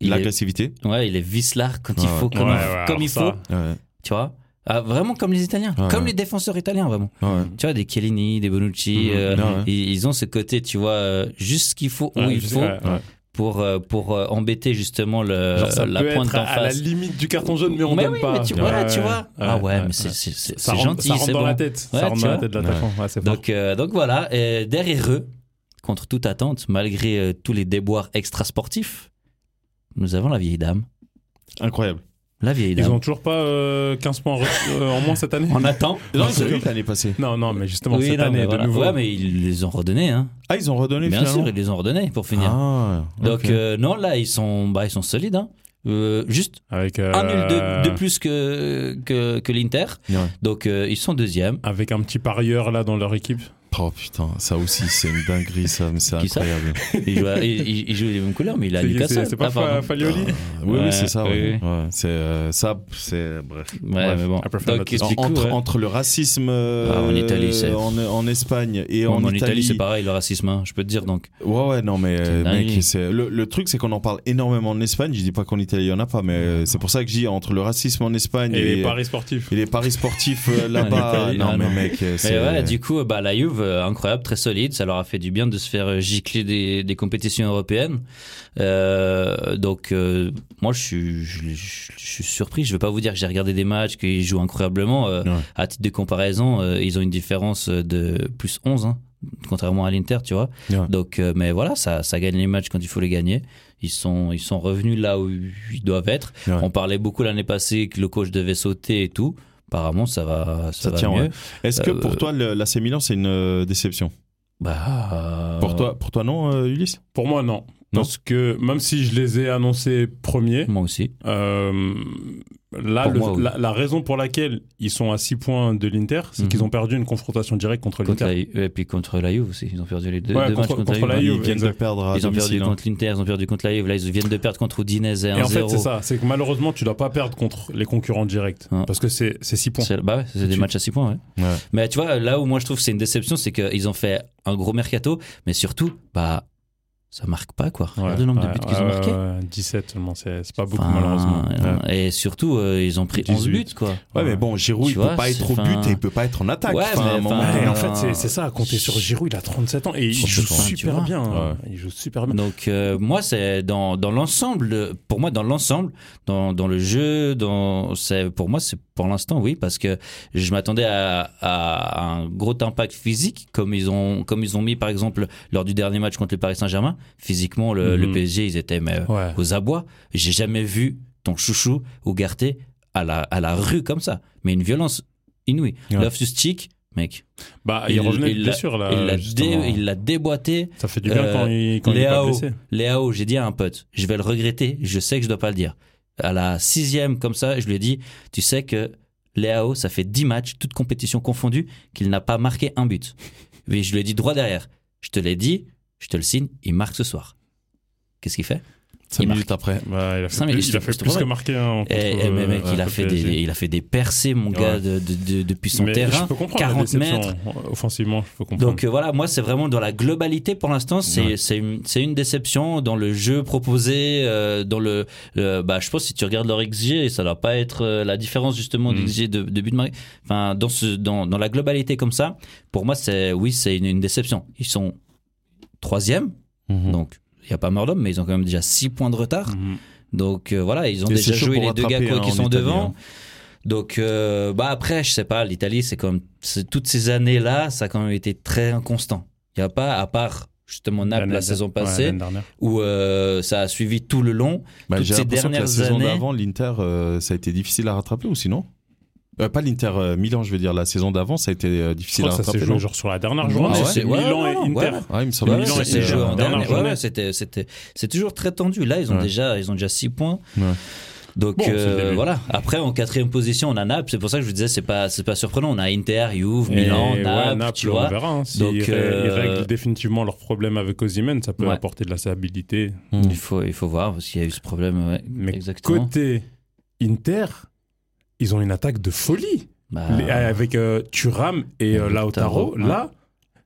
il est- l'agressivité ouais, il est vicelard quand il Ouais. faut, comme, Ouais, il, ouais, comme alors il ça. faut, Ouais. tu vois. Ah, vraiment comme les Italiens, Ouais, comme ouais. les défenseurs italiens, vraiment. Ouais. Tu vois, des Chiellini, des Bonucci, Mhm. euh, Ouais, ouais. ils, ils ont ce côté, tu vois, euh, juste ce qu'il faut, où Ouais, il je sais, faut, ouais, ouais. pour, euh, pour euh, embêter justement le, Genre, ça Euh, la peut pointe être d'en à, à la face. limite du carton jaune, mais on mais donne oui, pas. mais tu, voilà, Ouais, tu vois. ah ouais, mais c'est ouais. c'est- c'est- Ça c'est rentre- gentil, Ça rentre c'est dans bon. la tête. Ça Ouais, rentre tu dans la vois. tête de l'attaquant. Ouais, c'est fort. Donc, euh, donc voilà, et derrière eux, contre toute attente, malgré euh, tous les déboires extrasportifs, nous avons la vieille dame. Incroyable. La vieille Ils dame. ont toujours pas euh, 15 points en re- euh, en moins cette année On attend. Non, c'est ils ont vrai. eu l'année passée. Non, non, mais justement, Oui, cette non, année, mais de voilà. nouveau. Ouais, mais ils les ont redonnés. Hein. Ah, ils ont redonné Bien finalement. sûr, ils les ont redonnés pour finir. Ah, Donc ok. euh, non, là ils sont, bah, ils sont solides. hein. Euh, juste Avec, un nul euh, de, de plus que que, que l'Inter. Ouais. Donc euh, ils sont deuxième. Avec un petit parieur là dans leur équipe. Oh putain, ça aussi c'est une dinguerie ça, mais c'est Qui ça incroyable. Ils jouent, ils- ils- ils jouent les mêmes couleurs, mais il a C'est- Newcastle. c'est- C'est pas Ah, pardon. Fa- Fagioli Oui, Ouais, oui, c'est ça. ouais. oui, Ouais, c'est euh, ça, c'est bref. Ouais, Bref, mais bon. I prefer Donc, not to. du coup, entre, ouais. entre le racisme euh, Ah, en Italie, c'est- en, en Espagne et Ouais, en, mais en Italie, Italie, c'est pareil le racisme. hein, je peux te dire donc. Ouais, ouais, non, mais euh, dingue. mec, c'est- le, le truc, c'est qu'on en parle énormément en Espagne. Je dis pas qu'en Italie, il y en a pas, mais euh, c'est pour ça que je dis entre le racisme en Espagne et et, les paris sportifs. et les paris sportifs euh, là-bas. Ah, non, non. mais mec, euh, c'est. Et ouais, du coup, bah, la Juve, euh, incroyable, très solide. Ça leur a fait du bien de se faire euh, gicler des, des compétitions européennes. Euh, donc, euh, moi, je suis, je, je- je suis surpris. Je ne vais pas vous dire que j'ai regardé des matchs, qu'ils jouent incroyablement. Euh, Ouais. À titre de comparaison, euh, ils ont une différence de plus 11, hein, contrairement à l'Inter, tu vois. Ouais. Donc, euh, mais voilà, ça, ça gagne les matchs quand il faut les gagner. Ils sont, ils sont revenus là où ils doivent être. Ouais. On parlait beaucoup l'année passée que le coach devait sauter et tout. Apparemment, ça va, ça Ça va tient, mieux. ouais. Est-ce que Euh, pour toi, le- l'AC Milan, c'est une euh, déception Bah, Pour toi, pour toi, non, euh, Ulysse Pour moi, non. Non. Parce que même si je les ai annoncés premiers, Moi aussi. euh, là, Pour le- moi, oui. la, la raison pour laquelle ils sont à 6 points de l'Inter, c'est Mhm. qu'ils ont perdu une confrontation directe contre Contre la, l'Inter. Ju- et puis contre la Juve aussi. Ils ont perdu les deux, Ouais, deux contre- matchs contre, contre la la Juve. Juve. Ah, Ils viennent de exact. perdre à Ils ont perdu domicile, hein. contre l'Inter, ils ont perdu contre la Juve. Là, ils viennent de perdre contre Udinese à 1-0. Et en fait, c'est ça. C'est que malheureusement, tu dois pas perdre contre les concurrents directs. Ah. Parce que c'est 6 points. C'est- Bah ouais, c'est des Tu- matchs à 6 points. ouais. Ouais. Mais tu vois, là où moi je trouve que c'est une déception, c'est qu'ils ont fait un gros mercato, mais surtout, bah, ça marque pas quoi. Ouais, Regarde le nombre de ouais, buts qu'ils ont ouais, marqués. ouais, ouais, 17 seulement, c'est c'est pas beaucoup Enfin, malheureusement. Ouais. Et surtout, euh, ils ont pris 11 buts 18. quoi. Ouais, mais bon, Giroud, Tu il vois, peut pas c'est- être au enfin- but et il peut pas être en attaque. Ouais, Enfin, à un mais moment enfin- euh, Ouais, donné. en fait, c'est- c'est ça, compter sur Giroud, il a 37 ans et il joue 37 ans, tu vois. super bien. hein. Ouais. Il joue super bien. Donc euh, moi c'est dans, dans l'ensemble euh, pour moi dans l'ensemble dans, dans le jeu dans c'est pour moi c'est pour l'instant oui parce que je m'attendais à, à un gros impact physique comme ils ont comme ils ont mis par exemple lors du dernier match contre le Paris Saint-Germain physiquement le, Mhm. le PSG ils étaient mais, euh, Ouais. aux abois j'ai jamais vu ton chouchou Ougarté à la à la rue comme ça mais une violence inouïe Ouais. Loftus Cheek mec Bah, il, Il- revenait il bien l'a- sûr il là. l'a Euh, justement. dé- il l'a déboîté Ça fait du bien Euh, quand il quand il est pas Léao. blessé. Léao, j'ai dit à un pote, je vais le regretter, je sais que je dois pas le dire. À la sixième, comme ça, je lui ai dit, tu sais que Léao, ça fait 10 matchs, toutes compétitions confondues, qu'il n'a pas marqué un but. Mais je lui ai dit droit derrière, je te l'ai dit, je te le signe, il marque ce soir. Qu'est-ce qu'il fait Cinq il marque. minutes après. Bah, il a fait Ça, mais plus, je il a te- fait je te plus que promets. marquer. Hein, Eh, contre, eh, mais euh, mec, il a contre fait le des, PSG. il a fait des percées, mon gars, de- de- de- depuis son Mais terrain. je peux comprendre 40 la déception, mètres. euh, Offensivement, je peux comprendre. Donc euh, voilà, moi c'est vraiment dans la globalité pour l'instant, c'est Ouais. c'est une, c'est une déception dans le jeu proposé, euh, dans le, le- bah je pense si tu regardes leur XG, ça doit pas être euh, la différence justement du Mm. XG de, de but de marque. Enfin dans ce dans, dans la globalité comme ça, pour moi c'est oui c'est une, une déception. Ils sont troisième, Mm-hmm. donc il y a pas mort d'homme, mais ils ont quand même déjà six points de retard. Mhm. Donc euh, voilà, ils ont Et déjà c'est chaud joué pour les deux rattraper, gars hein, qui en sont Italie, devant. hein. Donc euh, bah après, je sais pas, l'Italie, c'est comme c'est- toutes ces années-là, ça a quand même été très inconstant. Il y a pas, à part justement Naples la L'année- saison ouais, passée, l'année dernière. où euh, ça a suivi tout le long. Bah, Toutes J'ai ces l'impression que la dernières saison années- d'avant, l'Inter, euh, ça a été difficile à rattraper aussi, non Euh, Pas l'Inter euh, Milan, je veux dire. La saison d'avant, ça a été euh, Je difficile crois à que ça s'est rattraper. joué non genre sur la dernière Ah Ouais, journée. mais c'est c'est- ouais, Milan ouais, et ouais, Inter. ouais. Ah, il me Ouais, semble. Milan ouais, et c'est Inter, joué en Ah, dernière dernière. Ouais, journée. ouais, c'était, c'était, c'est toujours très tendu. Là, ils ont Ouais. déjà, ils ont déjà 6 points. Ouais. Donc Bon, c'est le euh, début. voilà. Après, en quatrième position, on a Naples. C'est pour ça que je vous disais, c'est pas, c'est pas surprenant. On a Inter, Juve, Milan, Et ouais, Naples, tu vois. on verra. hein, S'ils Donc, ré- ils euh, règlent définitivement leurs problèmes avec Osimhen, ça peut Ouais. apporter de la stabilité. Il faut, il faut voir parce qu'il y a eu ce problème. ouais, Hmm. Mais exactement. Côté Inter, ils ont une attaque de folie. Bah, Les- avec euh, Thuram et euh, Lautaro. Lautaro, ouais. Là,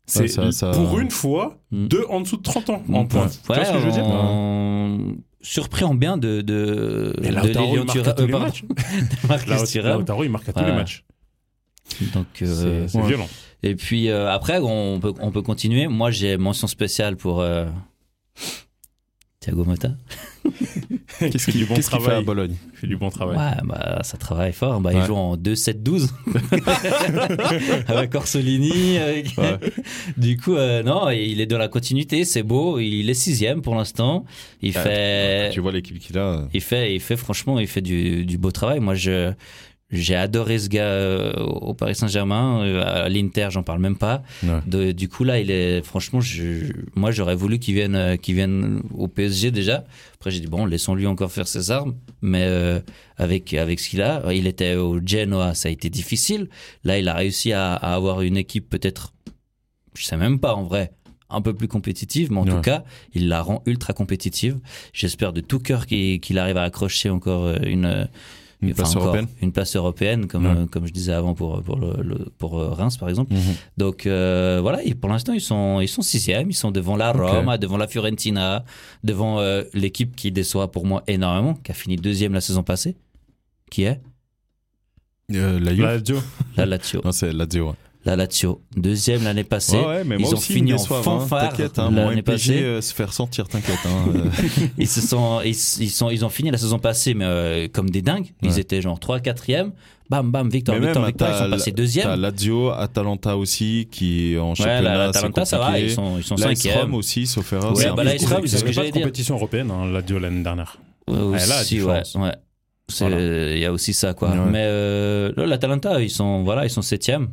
c'est ça- ça- pour une fois Mm. deux en dessous de 30 ans en Mm. pointe. Tu vois ce que je veux dire on- surpris en bien de, de, Mais de Lautaro, Lilian il marque à Euh, Thuram- tous les euh, pardon, matchs. de Marcus Thuram. Lautaro, il marque à tous Ouais. les matchs. Donc, euh, C'est c'est ouais. violent. et puis euh, après, on peut, on peut continuer. Moi, j'ai mention spéciale pour euh, Thiago Motta. Qu'est-ce Il fait qu'il du bon qu'est-ce qu'il fait à travail. Bologne Il fait du bon travail. Ouais, bah, ça travaille fort. Bah, Ouais. Ils jouent en 2-7-12 avec Orsolini. avec- Ouais. Du coup, euh, non, il est dans la continuité, c'est beau. Il est sixième pour l'instant. Il Euh, Ouais, fait, Tu vois l'équipe qu'il a. il fait, il fait franchement, il fait du, du beau travail. Moi, je j'ai adoré ce gars euh, au Paris Saint-Germain, euh, à l'Inter, j'en parle même pas. Ouais. De- du coup là, il est franchement, je- moi j'aurais voulu qu'il vienne, euh, qu'il vienne au PSG déjà. Après j'ai dit bon, laissons-lui encore faire ses armes, mais euh, avec avec ce qu'il a, il était au Genoa, ça a été difficile. Là, il a réussi à, à avoir une équipe peut-être, je sais même pas en vrai, un peu plus compétitive, mais en Ouais. tout cas, il la rend ultra compétitive. J'espère de tout cœur qu'il qu'il arrive à accrocher encore euh, une, euh, Une enfin, place encore européenne. une place européenne, comme, Ouais. euh, comme je disais avant pour, pour, le- le- pour euh, Reims, par exemple. Donc euh, voilà, et pour l'instant, ils sont, ils sont sixième, ils sont devant la Ok. Roma, devant la Fiorentina, devant euh, l'équipe qui déçoit pour moi énormément, qui a fini deuxième la saison passée, qui est Euh, la Juve Lazio. la Lazio. Non, c'est la Lazio. ouais. la Lazio, deuxième l'année passée. Ouais, ouais, mais ils moi ont aussi, fini ils me en déçoivent, hein. fanfare T'inquiète, hein, mon l'année MPG passée. euh, se fait ressentir, t'inquiète. hein, euh. Ils se sont, ils, ils sont, ils ont fini la saison passée, mais euh, comme des dingues. Ils Ouais. étaient genre 3 4 e bam, bam, victoire, Mais victoire, même, victoire. Ils t'as sont passés deuxième. T'as Lazio, Atalanta aussi, qui en Ouais, la, championnat, la c'est Talenta, ça va, compliqué. ils sont, ils sont Laïs Rome cinquième. aussi, sauf erreur. Ouais, c'est un peu bah, là, compliqué. ils Israël, Ils c'est ce que avaient pas j'allais de dire. compétition européenne, hein, Lazio l'année dernière. Euh, Ouais, là, aussi, la ouais, différence. ouais. C'est- Voilà. euh, Il y a aussi ça, quoi. Ouais. Mais euh, là, la Talenta, ils sont, voilà, ils sont septième.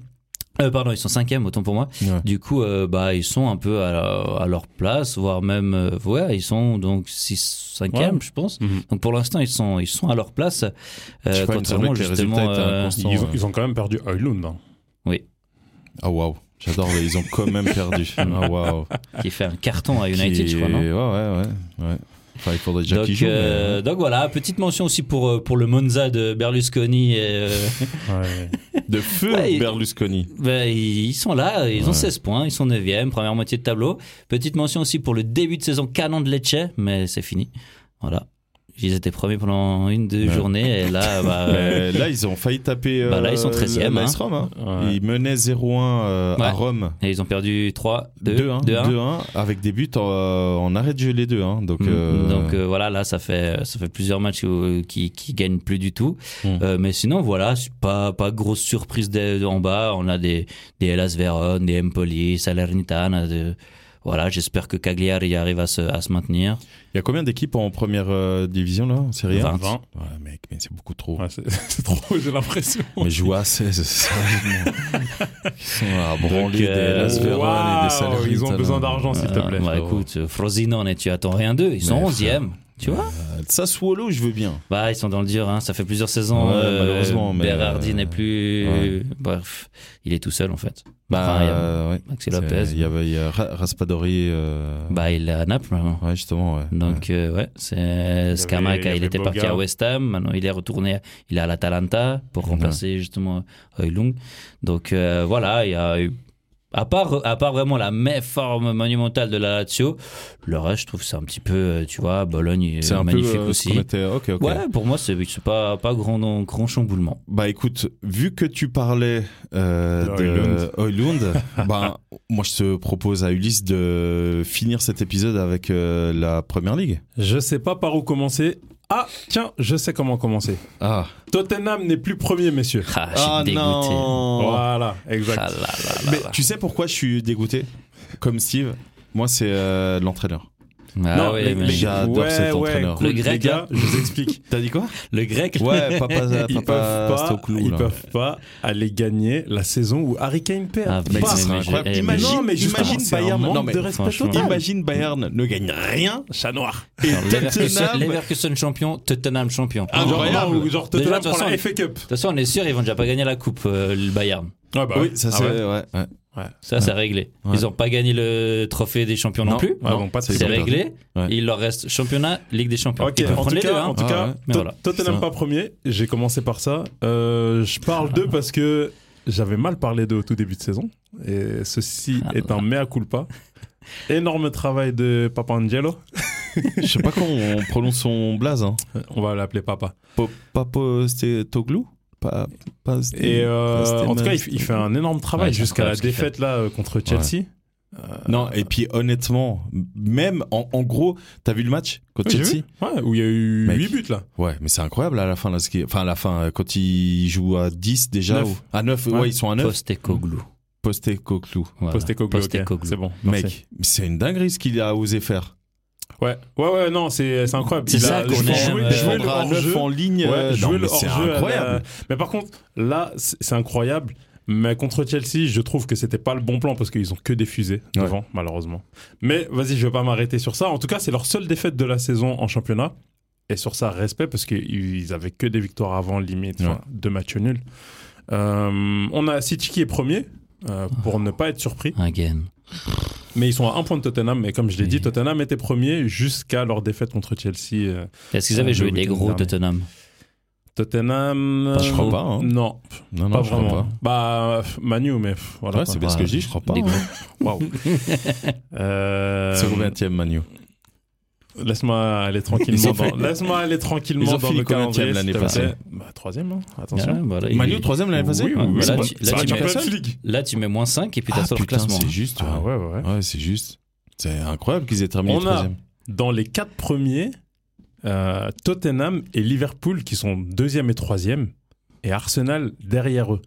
Euh, pardon, ils sont cinquième, autant pour moi. Ouais. Du coup, euh, bah, ils sont un peu à, la- à leur place, voire même, euh, ouais, ils sont donc 6 cinquième, Ouais. je pense. Mhm. Donc pour l'instant, ils sont, ils sont à leur place. Euh, Je sais pas, il me semblait contrairement que les justement, résultats étaient euh, inconstants. Ils Sans, ont, euh, ils ont quand même perdu Oilund. hein. Ah waouh, j'adore, mais ils ont quand même perdu. Ah waouh. qui fait un carton à United, Qui- je crois. non Ouais, ouais, ouais. ouais. Enfin, il faudrait déjà donc, qu'ils jouent. mais- euh, donc voilà, petite mention aussi pour, euh, pour le Monza de Berlusconi. et, euh, Ouais. hein. De feu, Ouais, il- Berlusconi. ben, ils sont là, ils ont Ouais. 16 points, ils sont 9e, première moitié de tableau. Petite mention aussi pour le début de saison canon de Lecce, mais c'est fini. Voilà. Ils étaient premiers pendant une, deux Ouais. journées, et là, bah, euh, Mais là, ils ont failli taper. Bah là, ils sont 13e, la hein. AS Rome, hein. Ouais. Ils menaient 0-1 euh, à Ouais. Rome. et ils ont perdu 3, 2, 2-1. 2-1. 2-1, avec des buts en, euh, en arrêt de jeu, les deux. hein. Donc, Mm, euh, Donc euh, voilà, là, ça fait, ça fait plusieurs matchs où- qui, qui gagnent plus du tout. Mm. Euh, mais sinon, voilà, c'est pas, pas grosse surprise de- de- en bas. On a des, des Hellas Vérone, des Empoli, Salernitana. de- Voilà, j'espère que Cagliari arrive à se, à se maintenir. il y a combien d'équipes en première euh, division, là, en Serie A Vingt. Vingt. Ouais, mec, mais c'est beaucoup trop. Ouais, c'est c'est trop, j'ai l'impression. Mais jouer à 16, sérieusement. Ils sont à branler euh, des Las Veron et des Waouh, Salernitana. ils ont besoin d'argent, s'il te Euh, plaît. bah, écoute, euh, Frosinone, tu attends rien d'eux. Ils sont Mais 11e. Tu vois Euh, Sassuolo, je veux bien. Bah, ils sont dans le dur, hein. ça fait plusieurs saisons. euh, Ouais, malheureusement, mais, Berardi euh, n'est plus. ouais. Bref, il est tout seul en fait. Bah, Enfin, il y a euh, ouais. Maxi C'est- Lopez. Il y avait il y a Ra- Raspadori. euh, Bah, il est à Naples maintenant. Ouais, justement, ouais. Donc, euh, ouais, c'est il y Scamaca, avait il était parti Boga. à West Ham, maintenant il est retourné, il est à l'Atalanta pour remplacer justement Heulung. Donc, euh, voilà, il y a eu. À part, à part vraiment la méforme monumentale de la Lazio, le reste, je trouve, que c'est un petit peu, euh, tu vois, Bologne Ouais. est C'est un magnifique peu euh, ce aussi. qu'on était. Ok, ok. Ouais, pour moi, c'est c'est pas, pas grand, grand chamboulement. Bah écoute, vu que tu parlais euh, De de Oilund, ben moi je te propose à Ulysse de finir cet épisode avec euh, la première ligue. Je sais pas par où commencer. Ah, tiens, je sais comment commencer. Ah, Tottenham n'est plus premier, messieurs. Ah, je suis Ah, dégoûté. non Voilà, exact. Ah là là là Mais là. tu sais pourquoi je suis dégoûté Comme Steve, moi c'est euh, l'entraîneur. Ah Non, ouais, les- mais- les- J'adore ouais, cet ouais, entraîneur. cool. Le grec, les gars, là. je vous explique. T'as dit quoi le grec, Ouais, papa, Ils papa peuvent, pas, Stoklou, ils là. peuvent pas aller gagner la saison où Harry Kane perd. Bah, Ah, mais Pas. c'est- Imagine, incroyable. Eh, mais- imagine, Non, mais justement, c'est un Bayern, manque non, mais de respect franchement. total. imagine Bayern ne gagne rien Chat noir. et Alors, Leverkusen, Tottenham Leverkusen champion, Tottenham champion. Ah, De Genre, Incroyable. non, ou genre Déjà, Tottenham de toute prend la façon, FA Cup. toute façon, on est sûr, ils vont déjà pas gagner la coupe, euh, le Bayern. Ouais, bah oui, ça Ah c'est ouais. ouais. ouais. Ça, c'est réglé. Ouais. Ils ont pas gagné le trophée des champions non, Non. plus. Ouais, donc Ah pas de C'est saison perdue. réglé. Ouais. Il leur reste championnat, Ligue des champions. Ok, Ils peuvent en prendre tout les deux. cas, hein. en tout Ah cas, ouais. Mais To- voilà. Tottenham Putain. pas premier. J'ai commencé par ça. Euh, je parle d'eux parce que j'avais mal parlé d'eux au tout début de saison. Et ceci Ah est un mea culpa. Énorme travail de Papa Angelo. Je sais pas comment on prononce son blaze. Hein. Euh, On va l'appeler papa. Po- Papo c'était Toglou pas, pas- Et euh, pas- en tout cas, il, il fait un énorme travail Ouais, c'est jusqu'à la incroyable ce qu'il défaite là euh, contre Chelsea. Non, et puis honnêtement, même en, en gros, t'as vu le match contre Oui, j'ai Chelsea vu. Ouais, où il y a eu Mec. 8 buts là. Ouais, mais c'est incroyable à la fin. Là, ce qui... Enfin, à la fin, euh, quand ils jouent à 10 déjà, Neuf. ou- à 9, ouais. Ouais. ils sont à 9, Postecoglou. posté Coglou. Voilà. Postecoglou, ok, c'est bon. Mec, c'est une dinguerie ce qu'il a osé faire. Ouais, ouais, ouais, non, c'est c'est incroyable. C'est Il ça a- qu'on jouer- aime, jouer le euh, Défendre à hors-jeu. neuf en ligne, Ouais, euh, non, jouer mais le c'est hors-jeu à incroyable. la- Mais par contre, là, c'est c'est incroyable. Mais contre Chelsea, je trouve que c'était pas le bon plan parce qu'ils ont que des fusées Ouais. devant, malheureusement. Mais vas-y, je vais pas m'arrêter sur ça. En tout cas, c'est leur seule défaite de la saison en championnat. Et sur ça, respect parce qu'ils avaient que des victoires avant, limite, enfin, Ouais. deux matchs nuls. Euh, on a City qui est premier. euh, pour ne pas être surpris. Un game. Mais ils sont à un point de Tottenham. Et comme je l'ai Oui. dit, Tottenham était premier jusqu'à leur défaite contre Chelsea. euh, Est-ce qu'ils Ah, avaient le joué des week-end gros dernier. Tottenham Tottenham. Bah, je crois pas, hein. Non, Non, non, pas je crois vraiment. pas. Bah, pff, Manu, mais pff, voilà. Ouais, quoi. c'est bien ce que je dis, je crois pas. Des gros. Waouh. Euh, C'est combien e Manu Laisse-moi aller Ils tranquillement. ont fait- dans... Laisse-moi aller Ils tranquillement ont dans fini le combien de calendrier. l'année s'il te passée plaît. bah, Troisième, hein. attention. Ah, voilà, il- Manu, troisième l'année passée Oui, Ouais, oui, bah oui. là, Bon, tu- là, c'est la tu mets- Champions League. Là, tu mets moins 5 et puis t'as Ah, sur le putain, classement. C'est juste. Ah, ouais. ouais, ouais. Ouais, c'est juste. C'est incroyable qu'ils aient terminé On a- troisième. Dans les quatre premiers, euh, Tottenham et Liverpool qui sont deuxième et troisième, et Arsenal derrière eux.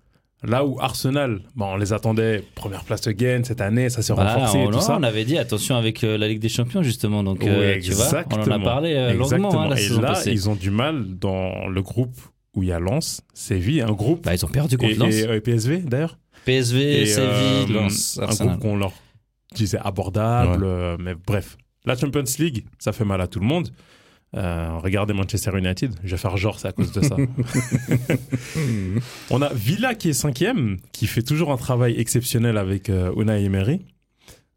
Là où Arsenal, bah, on les attendait première place again cette année, ça Bah, s'est Voilà, renforcé et Bah, on, tout ça. on avait dit attention avec euh, la Ligue des Champions justement, donc Oui, euh, tu vois, on en a exactement. parlé euh, longuement hein, la et saison là, passée. ils ont du mal dans le groupe où il y a Lens, Séville, un groupe. Bah, ils ont perdu et, contre Lens. et- et PSV d'ailleurs. PSV, Et, Séville, euh, Lens, Un Arsenal. groupe qu'on leur disait abordable, euh, mais bref. La Champions League, ça fait mal à tout le monde. Euh, regardez Manchester United, je vais faire genre, c'est à cause de ça. On a Villa qui est cinquième, qui fait toujours un travail exceptionnel avec euh, Unai Emery,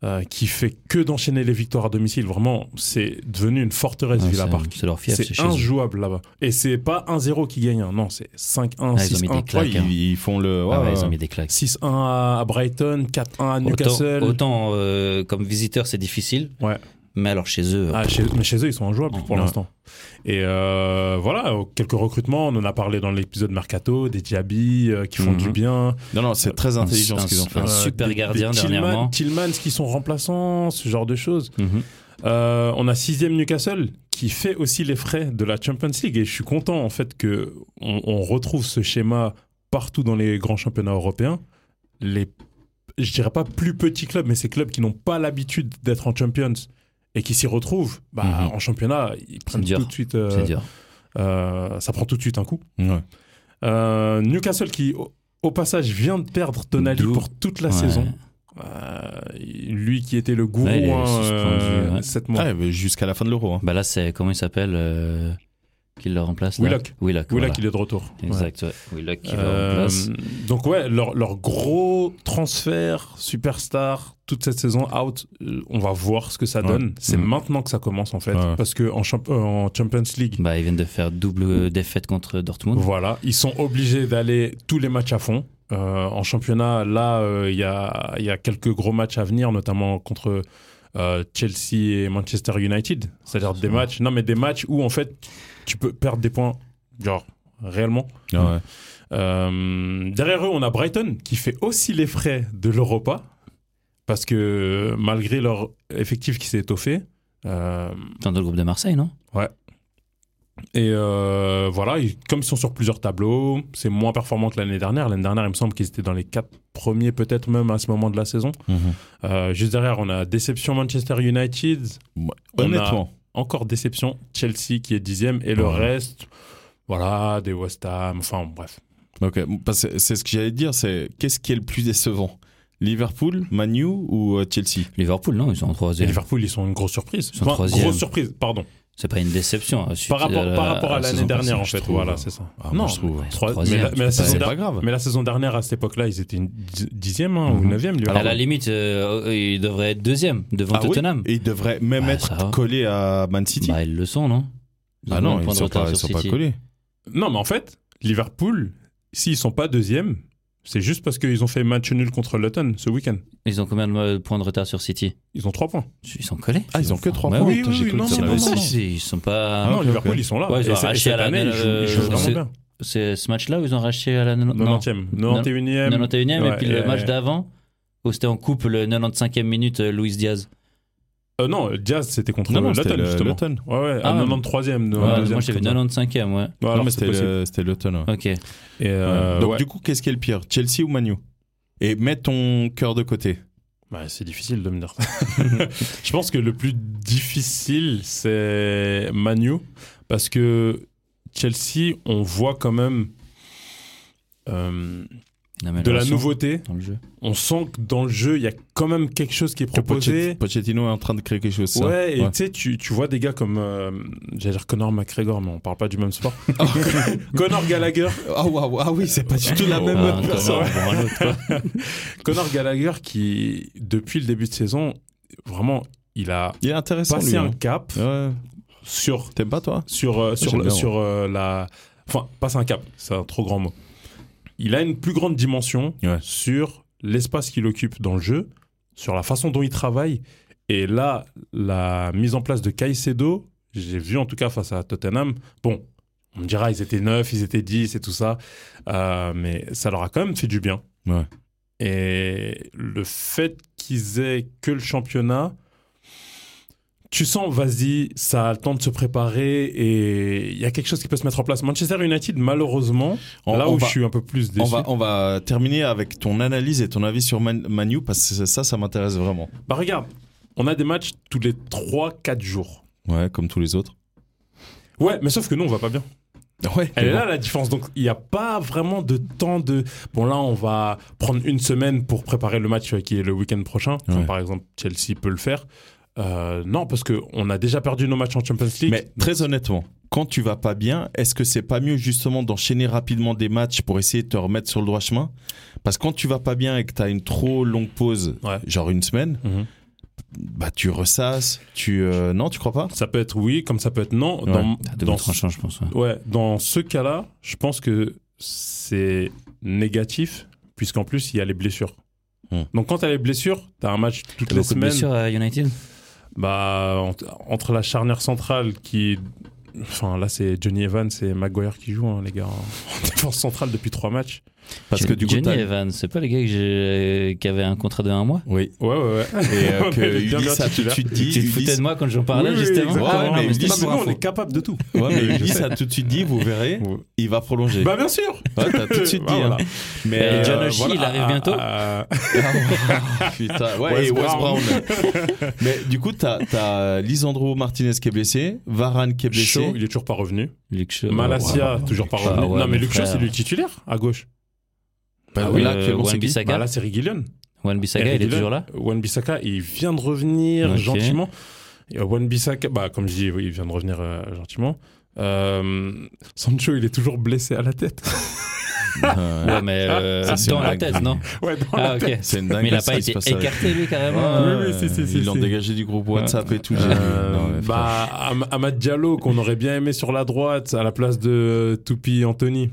euh, qui fait que d'enchaîner les victoires à domicile. Vraiment, c'est devenu une forteresse Ah, Villa c'est- Park. C'est leur fief, c'est C'est chez eux. injouable là-bas. Et c'est pas 1-0 qui gagne, hein. non, c'est 5-1, Ah, ils ont mis 6-1. des claques. Ouais, hein. ils, ils font le. ouais, Ah ouais, ouais. Ils ont mis des claques. 6-1 à à Brighton, 4-1 à Autant, Newcastle. autant, euh, comme visiteur, c'est difficile. Ouais. Mais alors chez eux, Ah, pff, chez, mais chez eux, ils sont injouables pour Ouais. l'instant. Et euh, voilà, euh, quelques recrutements, on en a parlé dans l'épisode Mercato, des Diaby euh, qui font Mhm. du bien. Non, non, c'est très intelligent ce qu'ils ont fait. Un super gardien Euh, Tillman- dernièrement. Tillmans qui sont remplaçants, ce genre de choses. mhm. Euh, on a sixième Newcastle qui fait aussi les frais de la Champions League et je suis content en fait que on, on retrouve ce schéma partout dans les grands championnats européens. Les, je dirais pas plus petits clubs, mais ces clubs qui n'ont pas l'habitude d'être en Champions et qui s'y retrouvent, bah, Mhm. en championnat, ils prennent dur. tout de suite. euh, c'est dur. euh, ça prend tout de suite un coup. Ouais. Euh, Newcastle qui, au, au passage, vient de perdre Tonali D'où- pour toute la Ouais. saison. Euh, lui qui était le gourou Ouais, il est hein, suspendu, euh, ouais. sept mois. Ouais, mais jusqu'à la fin de l'euro. hein. Bah là, c'est comment il s'appelle euh, qui le remplace là Willock. Willock. Oui, là voilà. qu'il est de retour. Exact. ouais. Willock qui le Euh, remplace. donc ouais, leur, leur gros transfert, superstar, toute cette saison out, euh, on va voir ce que ça Ouais. donne. C'est Mm. maintenant que ça commence en fait, Ouais. parce que en, champ- euh, en Champions League, Bah, ils viennent de faire double euh, défaite contre Dortmund. voilà, ils sont obligés d'aller tous les matchs à fond. Euh, en championnat, là, euh, il y, a, il y a quelques gros matchs à venir, notamment contre euh, Chelsea et Manchester United. C'est-à-dire des matchs, non mais des matchs où en fait tu peux perdre des points, genre réellement. Ouais. Euh, derrière eux, on a Brighton qui fait aussi les frais de l'Europa parce que malgré leur effectif qui s'est étoffé, euh, Dans le groupe de Marseille, non et euh, voilà, ils- comme ils sont sur plusieurs tableaux, c'est moins performant que l'année dernière. L'année dernière, il me semble qu'ils étaient dans les quatre premiers, peut-être même à ce moment de la saison. Mhm. Euh, juste derrière, on a déception Manchester United, On a- Honnêtement, encore déception Chelsea qui est dixième et le Ouais. reste, voilà, des West Ham, enfin bref. Ok, parce que c'est ce que j'allais te dire, c'est qu'est-ce qui est le plus décevant Liverpool, Manu ou euh, Chelsea Liverpool, non, ils sont en Et troisième. Liverpool, ils sont une grosse surprise. Ils sont Enfin, troisième. grosse surprise, pardon. C'est pas une déception. hein, suite Par rapport, par rapport à l'année saison dernière, passée. en je fait. trouve. Voilà, c'est ça. Ah, moi, je trouve. ouais, Trois- troisième, mais la- mais la c'est saison pas- hein. Bah, C'est dernière- pas grave. Mais la saison dernière, à cette époque-là, ils étaient une dix- dixième hein, ou Mhm. neuvième. À la limite, euh, ils devraient être deuxième devant Ah oui, Tottenham. et ils devraient même Ouais, ça va. être collés à Man City. Bah, ils le sont, non Ils ont ah moins non, de points ils de sont retard pas, ils sur sont pas City. collés. Non, mais en fait, Liverpool, s'ils sont pas deuxième, C'est juste parce qu'ils ont fait match nul contre Luton ce week-end. Ils ont combien de euh, points de retard sur City ils ont 3 points. Ils sont collés Ah, ils ont que 3 bah points. oui, Putain, oui, j'ai oui, cru que non, t'en non, avais non, six. non. Si, ils sont pas. Ah non, Liverpool, ils sont là. Ouais, ils Et ont c'est- arraché cette à la- année, ils jouent, ils jouent euh, vraiment c'est- bien. C'est ce match-là où ils ont racheté à la. non- non. 90e, 91e. 91e Ouais, et puis le et- match d'avant où c'était en coupe le 95e minute euh, Luis Diaz. Euh, non, Jazz, c'était contre Non, non, c'était Luton, le- justement. Luton. Ouais, ouais, Ah, à mais- 93e. Ouais, 92e, moi j'ai vu comme ça. 95e ouais. Ouais, Non, alors, mais c'est c'était possible. le- c'était Luton. ouais. OK. Et, euh, Ouais. Donc, ouais. du coup, qu'est-ce qui est le pire Chelsea ou Manu Et mets ton cœur de côté. Bah, c'est difficile de me dire. je pense que le plus difficile, c'est Manu. Parce que Chelsea, on voit quand même euh, de la nouveauté. dans le jeu. On sent que dans le jeu, il y a quand même quelque chose qui est Que Pochet- proposé. Pochettino est en train de créer quelque chose. ça. Ouais, et tu sais, tu- tu vois des gars comme, euh, j'allais dire Conor McGregor, mais on parle pas du même sport. Oh. Conor Gallagher, Ah, waouh, ah oui, c'est pas du tout la même Ah, autre encore personne. un, encore un autre, quoi. Conor Gallagher qui, depuis le début de saison, vraiment, il a Il est intéressant, passé lui. un hein. cap Ouais. sur T'aimes pas, toi sur euh, sur j'aime bien, sur euh, la enfin passe un cap c'est un trop grand mot il a une plus grande dimension Ouais. sur l'espace qu'il occupe dans le jeu sur la façon dont il travaille et là la mise en place de Caicedo j'ai vu en tout cas face à Tottenham bon on me dira ils étaient 9 ils étaient 10 et tout ça euh, mais ça leur a quand même fait du bien Ouais. et le fait qu'ils aient que le championnat tu sens, vas-y, ça a le temps de se préparer et il y a quelque chose qui peut se mettre en place. Manchester United, malheureusement, On- là on où va- je suis un peu plus déçu. On va, on va terminer avec ton analyse et ton avis sur Man- Manu parce que ça, ça m'intéresse vraiment. Bah regarde, on a des matchs tous les 3-4 jours. Ouais, comme tous les autres. Ouais, mais sauf que nous, on va pas bien. Ouais. Elle est là la différence. Donc il n'y a pas vraiment de temps de. Bon là, on va prendre une semaine pour préparer le match euh, qui est le week-end prochain. Enfin, Ouais. Par exemple, Chelsea peut le faire. Euh, non, parce que on a déjà perdu nos matchs en Champions League. Mais très honnêtement, quand tu vas pas bien, est-ce que c'est pas mieux justement d'enchaîner rapidement des matchs pour essayer de te remettre sur le droit chemin Parce que quand tu vas pas bien et que tu as une trop longue pause, Ouais. genre une semaine, Mhm. bah tu ressasses, tu euh, non, tu crois pas ça peut être oui, comme ça peut être non. Dans, Ah, double dans- tranchant, je pense. ouais. Ouais, dans ce cas-là, je pense que c'est négatif, puisqu'en plus, il y a les blessures. Hmm. Donc, quand tu as les blessures, tu as un match toutes T'as les beaucoup de semaines. blessures à United Bah, ent- entre la charnière centrale qui. Enfin, là, c'est Johnny Evans et Maguire qui jouent, hein, les gars, en en défense centrale depuis trois matchs. Parce que du coup Johnny t'as- Evans, c'est pas les gars que j'ai- euh, qui avaient un contrat de un mois oui. Ouais, ouais, ouais. Et euh, Ouais, que il est bien Ulysse a tout de titulaire. suite dit, Tu te foutais Ulysse- de moi quand j'en parlais Oui, oui, justement exactement. Ouais, mais mais c'était Ulysse- Non, mais pour nous, on info. est capable de tout. Ouais, mais Oui, je Ulysse sais. a tout de suite dit, vous verrez, Ouais. il va prolonger. Bah, bien sûr Ouais, t'as tout de suite Bah, dit. hein. voilà. Mais Et euh, John Oshie, voilà. il arrive bientôt Euh, Putain, ouais, Wes et Wes Brown. Brown. Mais du coup, t'as as Lisandro Martinez qui est blessé, Varane qui est blessé. Shaw, il est toujours pas revenu. Luke Shaw. Malasia, Ouais, ouais, toujours Luke pas Shaw, revenu. Euh, Ah ouais, non, mais mon Luke Shaw, frère. c'est lui le titulaire, à gauche. Bah Ah oui, oui, là, euh, actuellement, c'est Wan qui Bissaka. Bah, là, c'est Reguilon. Wan Bissaka, Eric il est Dillon, toujours là Wan Bissaka, il vient de revenir Ok. gentiment. Et, euh, Wan Bissaka, bah, comme je dis, oui, il vient de revenir euh, gentiment. Euh, Sancho, il est toujours blessé à la tête. Euh, Ouais, mais euh, Ça, c'est dans une la blague. thèse, non ouais, dans Oh, la Ah, ok. C'est une dingue. Mais il a ça pas qui se été passe avec- écarté, lui, carrément. Ouais, euh, Oui, oui, si, si, ils si, l'ont si. dégagé du groupe WhatsApp et tout. j'ai vu. Euh, Non, mais frère. bah, Am- Amad Diallo, qu'on aurait bien aimé sur la droite, à la place de euh, Toupi Anthony.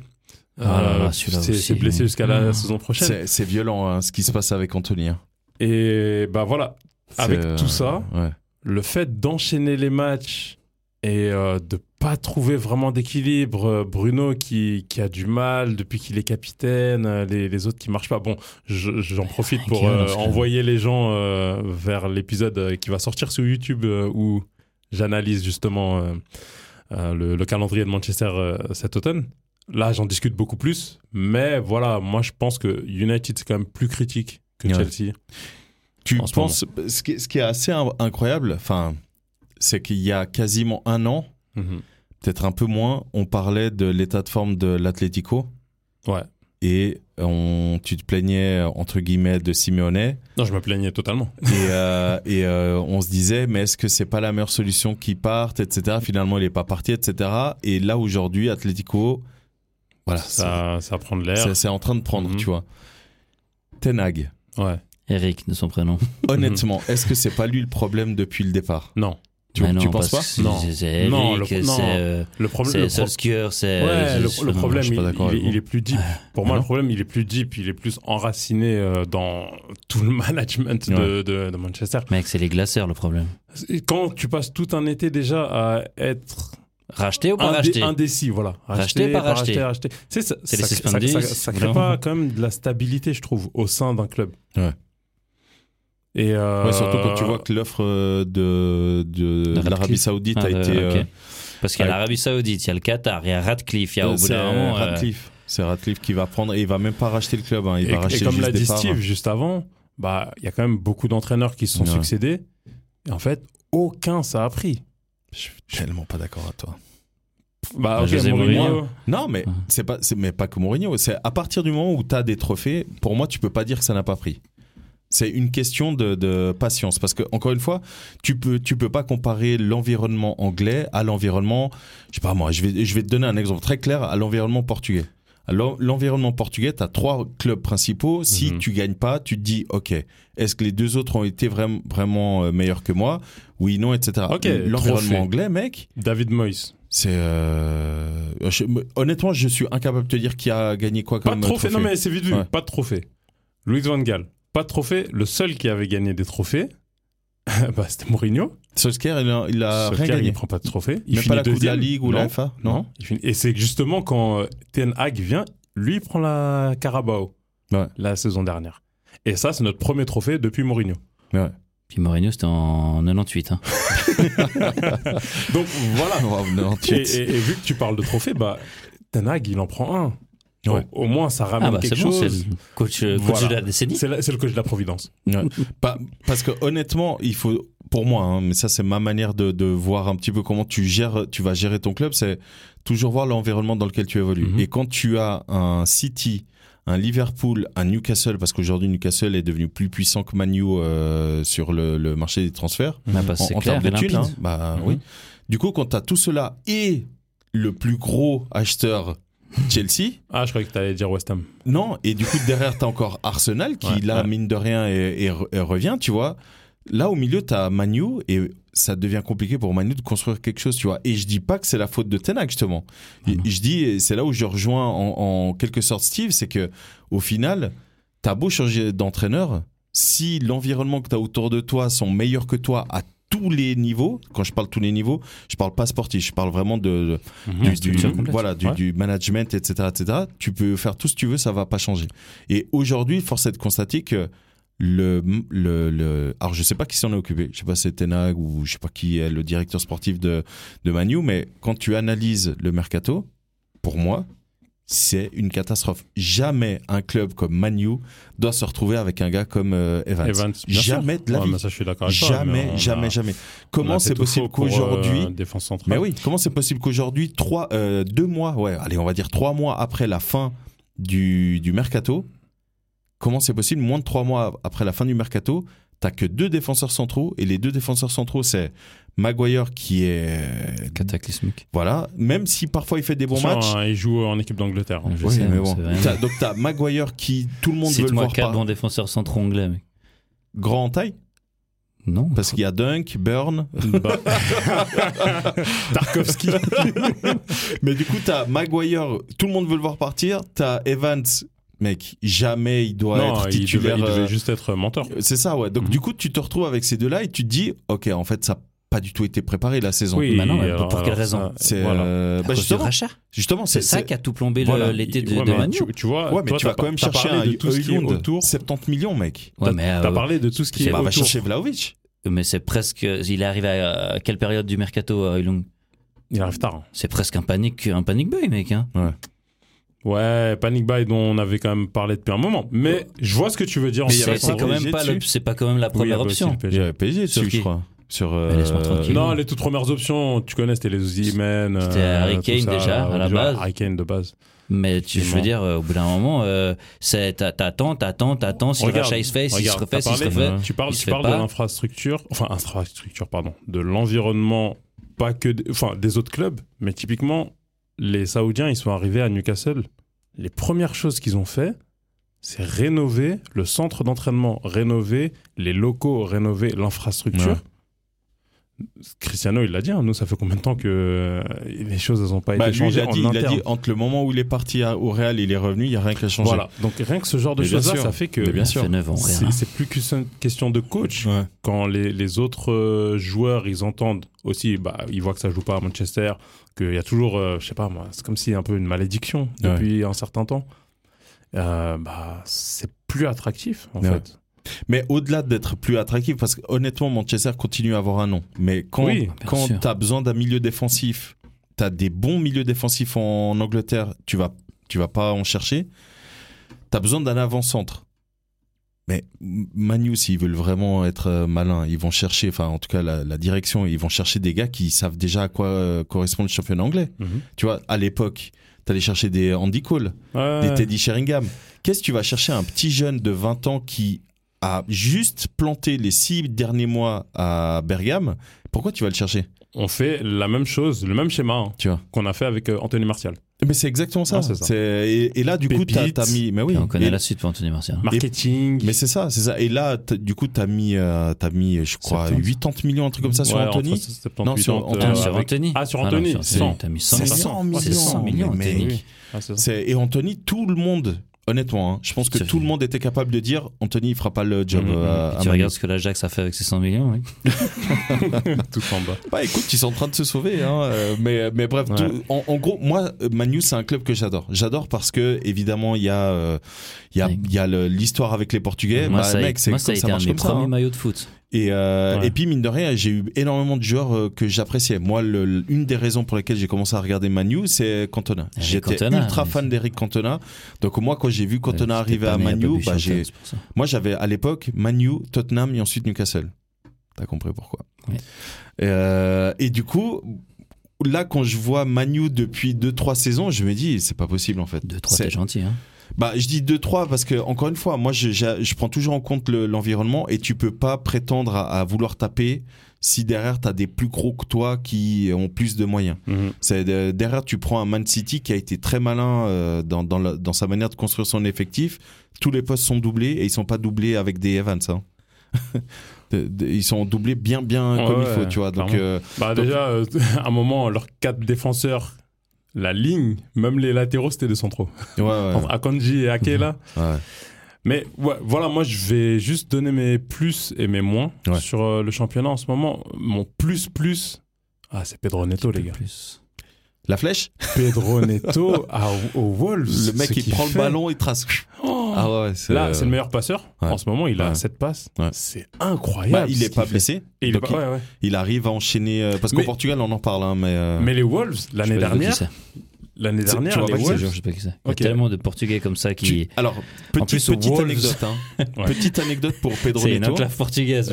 Euh, Ah là là, celui-là c'est aussi. c'est blessé jusqu'à la Ah. saison prochaine. c'est c'est violent hein, ce qui se passe avec Anthony. hein. Et bah voilà, C'est, avec euh, tout ça, ouais. le fait d'enchaîner les matchs et euh, de pas trouver vraiment d'équilibre, euh, Bruno qui, qui a du mal depuis qu'il est capitaine, euh, les, les autres qui marchent pas. Bon, je- j'en profite pour Qui va euh, dans ce club envoyer les gens euh, vers l'épisode euh, qui va sortir sur YouTube euh, où j'analyse justement euh, euh, le, le calendrier de Manchester euh, cet automne. Là, j'en discute beaucoup plus, mais voilà, moi je pense que United c'est quand même plus critique que Ouais. Chelsea. Tu en ce penses ce qui, ce qui est assez in- incroyable, enfin, c'est qu'il y a quasiment un an, peut-être un peu moins, on parlait de l'état de forme de l'Atlético. Ouais. Et on, tu te plaignais entre guillemets de Simeone. Non, je me plaignais totalement. et, euh, et, euh, on se disait mais est-ce que c'est pas la meilleure solution qu'il parte etc finalement il est pas parti etc et là aujourd'hui Atlético voilà ça Ça, ça prend de l'air. c'est c'est en train de prendre Mhm. tu vois Tenag Ouais. Eric, de son prénom. honnêtement est-ce que c'est pas lui le problème depuis le départ Non. Tu, Ah tu non, penses pas parce que Non. c'est- C'est Non, Eric, le- non. c'est, euh, Le problème, c'est le pro- Solskjaer, c'est. Ouais, je- le, je- le non, problème, je suis il, pas d'accord il- avec vous. il est plus deep. Pour moi, Ah le non problème, il est plus deep. Il est plus enraciné euh, dans tout le management de, de- de Manchester. Mec, c'est les glaceurs le problème. Et Quand tu passes tout un été déjà à être Racheter ou pas indé- racheter indécis, voilà. Racheter, pas racheter. racheter. Tu sais, ça, C'est ça- les ça- suspendus, ça- ça- ça crée vraiment. pas quand même de la stabilité, je trouve, au sein d'un club. Ouais. Et euh, Ouais, surtout quand tu vois que l'offre euh, de, de, De l'Arabie Radcliffe. Saoudite Ah, a de- été. ok. euh, Parce qu'il y a avec- l'Arabie Saoudite, il y a le Qatar, il y a Radcliffe, il y a au bout c'est d'un moment. euh, Radcliffe. C'est Radcliffe qui va prendre et il va même pas racheter le club. hein, Il et, va et racheter comme juste l'a des dit parts. Steve juste avant, bah il y a quand même beaucoup d'entraîneurs qui se sont Ouais. succédés. Et en fait, aucun ça a pris. Je suis tellement pas d'accord à toi. Bah, Bah, ok, José Mourinho, Mourinho. Non, mais Ah. c'est pas, c'est- mais pas que Mourinho. C'est à partir du moment où tu as des trophées, pour moi, tu peux pas dire que ça n'a pas pris. C'est une question de, de patience parce que encore une fois, tu peux tu peux pas comparer l'environnement anglais à l'environnement, je sais pas moi, je vais je vais te donner un exemple très clair à l'environnement portugais. À l'en- L'environnement portugais, tu as trois clubs principaux. Si Mhm. tu gagnes pas, tu te dis OK, est-ce que les deux autres ont été vraiment vraiment euh, meilleurs que moi Oui, non, etc. Ok, trophée. l'environnement anglais, mec, David Moyes. c'est euh, je- honnêtement, je suis incapable de te dire qui a gagné quoi Pas comme euh, de trophée, non mais c'est vite vu, Ouais. pas de trophée. Louis Van Gaal, pas de trophée. Le seul qui avait gagné des trophées, bah, c'était Mourinho. Solskjaer, il a, il a Solskjaer, Euh, rien il gagné. prend pas de trophée. Il Même finit pas la Coupe de la deuxième. Ligue ou Non. la FA, non. Non. il finit- Et c'est justement quand euh, Ten Hag vient, lui il prend la Carabao Ouais. la saison dernière. Et ça, c'est notre premier trophée depuis Mourinho. Puis Mourinho, c'était en 98. hein. Donc voilà. Oh, non, tu- et, et- et vu que tu parles de trophée, bah, Ten Hag, il en prend un. Ouais. Au, au moins, ça ramène Ah bah c'est quelque bon, c'est chose. le coach, euh, coach Voilà. de la décennie. C'est la- c'est le coach de la Providence. Pas- parce que honnêtement, il faut, pour moi, hein, mais ça c'est ma manière de, de voir un petit peu comment tu gères, tu vas gérer ton club, c'est toujours voir l'environnement dans lequel tu évolues. Mhm. Et quand tu as un City, un Liverpool, un Newcastle, parce qu'aujourd'hui Newcastle est devenu plus puissant que Manu euh, sur le, le marché des transferts. Ah bah, c'est en, en clair, termes de et thunes. limpide. hein. bah, Mhm. oui. Du coup, quand tu as tout cela et le plus gros acheteur Chelsea, Ah, je croyais que tu allais dire West Ham. non, et du coup, derrière, tu as encore Arsenal qui, Ouais, là, ouais. mine de rien, et, et re- et revient, tu vois. Là, au milieu, tu as Manu et ça devient compliqué pour Manu de construire quelque chose, tu vois. Et je dis pas que c'est la faute de Tenac, justement. Ah Et non. je dis, et c'est là où je rejoins en, en quelque sorte Steve, c'est que au final, tu as beau changer d'entraîneur, si l'environnement que tu as autour de toi sont meilleurs que toi à tous les niveaux, quand je parle tous les niveaux, je parle pas sportif, je parle vraiment de, Mhm. du, Ouais, structure du- complète. voilà, du, Ouais. du management, etc., etc. Tu peux faire tout ce que tu veux, ça va pas changer. Et aujourd'hui, force est de constater que le, le, le- alors je sais pas qui s'en est occupé, je sais pas si c'est Tenag ou je sais pas qui est le directeur sportif de, de Manu, mais quand tu analyses le mercato, pour moi, c'est une catastrophe. Jamais un club comme Manu doit se retrouver avec un gars comme euh, Evans. Evans, bien sûr. Jamais de la Ouais, vie. mais ça, je suis d'accord avec toi, Jamais, mais on a- jamais, jamais. on a Comment fait c'est tout le possible faux pour, euh, qu'aujourd'hui, défense centrale. mais oui, comment c'est possible qu'aujourd'hui, trois, euh, deux mois, ouais, allez, on va dire trois mois après la fin du, du mercato, comment c'est possible, moins de trois mois après la fin du mercato, t'as que deux défenseurs centraux et les deux défenseurs centraux, c'est Maguire qui est. Cataclysmique. Voilà, même si parfois il fait des bons Attention, matchs. hein, il joue en équipe d'Angleterre. hein. Je Oui, sais, mais mais bon. c'est vrai. T'as- donc t'as Maguire qui tout le monde veut le Cite-moi voir quatre pas bons défenseurs centraux anglais. Mec. grand en taille Non. parce qu'il y a Dunk, Burn, Bah, Tarkovski. Mais du coup, t'as Maguire, tout le monde veut le voir partir. T'as Evans, mec, jamais il doit non, être il devait, titulaire. il devait euh, juste être menteur. C'est ça, ouais. Donc Mhm. du coup, tu te retrouves avec ces deux-là et tu te dis, ok, en fait, ça n'a pas du tout été préparé la saison. Oui, Bah non, mais alors, pour quelle alors, raison ça, C'est voilà. euh, À bah, cause du justement, rachat. justement, C'est ça qui a tout plombé le- voilà. l'été de, Ouais, de mais Manu. Tu, tu vois, Ouais, mais toi, tu vas t'as pas- quand même t'as chercher parlé un de tout ce qui est Højlund, autour. 70 millions, mec. Ouais, T'as- mais, euh, T'as parlé de tout ce qui est Bah, va autour. chercher Vlaovic. mais c'est presque. Il est arrivé à, à quelle période du mercato, euh, Heulung Il arrive tard. hein. C'est presque un panique, un panic buy, mec. Hein. Ouais, Panic Buy dont on avait quand même parlé depuis un moment. Mais je vois ce que tu veux dire. en Mais il y C'est avait c'est pas quand même PSG pas le- dessus c'est pas quand même la Oui, il y première avait aussi option. le PSG. Il y avait PSG Sur dessus, qui je crois. Sur. euh, Mais Bah, laisse-moi tranquille. Euh, Non, les toutes premières options, tu connais, c'était les euh, Ozymen. C'était Harry Kane, déjà, à la base. Harry Kane de base. Mais tu, je veux Effectivement. dire, euh, au bout d'un moment, euh, c'est- t'a- t'attends, t'attends, t'attends. Si le Regarde, rachat il se fait, s'il se regarde, refait, t'as s'il se parlé, refait. Tu parles, il se tu fait parles de pas. l'infrastructure, enfin infrastructure, pardon, de l'environnement, pas que, des- enfin des autres clubs, mais typiquement les Saoudiens, ils sont arrivés à Newcastle. Les premières choses qu'ils ont fait, c'est rénover le centre d'entraînement, rénover les locaux, rénover l'infrastructure. Cristiano, il l'a dit, hein, nous, ça fait combien de temps que euh, les choses n'ont pas Bah, lui, il été changées a, dit, en il a interne. dit entre le moment où il est parti à- au Real et il est revenu, il n'y a rien qui a changé. Voilà, donc rien que ce genre de Mais bien choses-là, sûr. ça fait que Mais bien Ça sûr. fait 9 ans, rien. c'est c'est plus qu'une question de coach. Ouais. Quand les, les autres euh, joueurs, ils entendent aussi, bah, ils voient que ça joue pas à Manchester, qu'il y a toujours, euh, je sais pas moi, c'est comme si un peu une malédiction Ouais. depuis un certain temps. Euh, bah, c'est plus attractif en Ouais. fait. Mais au-delà d'être plus attractif, parce que honnêtement, Manchester continue à avoir un nom. Mais quand, Oui, bien quand sûr. tu as besoin d'un milieu défensif, tu as des bons milieux défensifs en Angleterre, tu vas, tu vas pas en chercher. Tu as besoin d'un avant-centre. Mais M- Manu, s'ils veulent vraiment être euh, malins, ils vont chercher, enfin en tout cas la, la direction, ils vont chercher des gars qui savent déjà à quoi euh, correspond le championnat anglais. Tu vois, à l'époque, t'allais chercher des Andy Cole, des Ouais. Teddy Sheringham. Qu'est-ce que tu vas chercher à un petit jeune de 20 ans qui a juste planté les six derniers mois à Bergame Pourquoi tu vas le chercher On fait la même chose, le même schéma hein, Tu vois qu'on a fait avec euh, Anthony Martial. Mais c'est exactement ça. Ah, c'est ça. C'est- Et, et là, du coup, t'as Pépite. t'as mis. Mais oui. Et on connaît Et- la suite pour Anthony Martial. Marketing. Mais c'est ça, c'est ça. Et là, t'as- du coup, t'as mis, euh, t'as mis, je crois, 70. 80 millions, un truc comme ça sur Ouais, entre Anthony. 78, Non, sur euh, Anthony. Ah, sur avec- Anthony. Ah, sur non, Anthony, sur 100. T'as mis 100 C'est millions. 100 C'est 100 millions, millions, mais Anthony. mec. Ah, c'est ça. C'est- Et Anthony, tout le monde, honnêtement, hein, je pense que C'est- Mm, tout le monde était capable de dire Anthony, il fera pas le job. Mhm. euh, Puis à tu Manu. regardes ce que l'Ajax a fait avec ses 100 millions. Oui. Tout en bas. Bah écoute, ils sont en train de se sauver, hein, euh, mais, mais bref, Ouais. tout- en, en gros, moi, euh, Manu, c'est un club que j'adore. J'adore parce que, évidemment, il y a, euh, il y a, il y a le- l'histoire avec les Portugais. moi, Bah, ça, a- mec, c'est moi, comme ça a ça, été un marche de mes comme ça. premiers hein. maillots de foot. Et, euh, Ouais. et puis, mine de rien, j'ai eu énormément de joueurs euh, que j'appréciais. Moi, le- une des raisons pour lesquelles j'ai commencé à regarder Manu, c'est Cantona. Eric J'étais Cantona, Euh, ultra mais fan c'est- d'Eric Cantona. Donc, moi, quand j'ai vu Cantona arriver à Manu, bah, j'ai, moi, j'avais à l'époque Manu, Tottenham et ensuite Newcastle. T'as compris pourquoi. Ouais. Euh, et du coup, là, quand je vois Manu depuis 2-3 saisons, je me dis, c'est pas possible en fait. 2 3 C'est- t'es gentil. Hein. bah, je dis 2-3 parce que, encore une fois, moi, je, je- je prends toujours en compte le- l'environnement et tu peux pas prétendre à, à vouloir taper si derrière, t'as des plus gros que toi qui ont plus de moyens. Mhm. C'est de- derrière, tu prends un Man City qui a été très malin euh, dans, dans, la- dans sa manière de construire son effectif. Tous les postes sont doublés et ils sont pas doublés avec des Evans. hein. De- de- ils sont doublés bien, bien Ouais, comme il ouais, faut, tu vois. Donc, clairement. euh, Bah Donc- déjà, euh, à un moment, leurs quatre défenseurs, la ligne, même les latéraux, c'était des centraux. euh, ouais, ouais, Mhm. Entre Akanji et Akela. ouais. Mais ouais, voilà, moi, je vais juste donner mes plus et mes moins Ouais. sur euh, le championnat en ce moment. Mon plus plus, ah, c'est Pedro Neto, les gars. Plus. La flèche, Pedro Neto à- aux Wolves. le mec, ce il qu'il prend le fait. ballon et trace. Oh. Ah ouais, c'est- Là, c'est le meilleur passeur. ouais. En ce moment, il a Ouais. cette passe. Ouais. C'est Bah, incroyable. il ce est qu'il pas fait. blessé. Et il est donc pas- ouais, ouais. Il arrive à enchaîner. euh, parce qu'au Mais- Portugal, on en parle, hein, mais. euh, Mais les Wolves, l'année Je sais pas du tout dernière, qui c'est. l'année Tu- tu dernière, vois les pas qui c'est, Wolves, Je sais pas qui c'est. Il y a Ok. tellement de Portugais comme ça tu- qui. Alors, petite, plus, aux petite Wolves- anecdote. hein. Ouais. Petite anecdote pour Pedro C'est une Neto. enclave portugaise.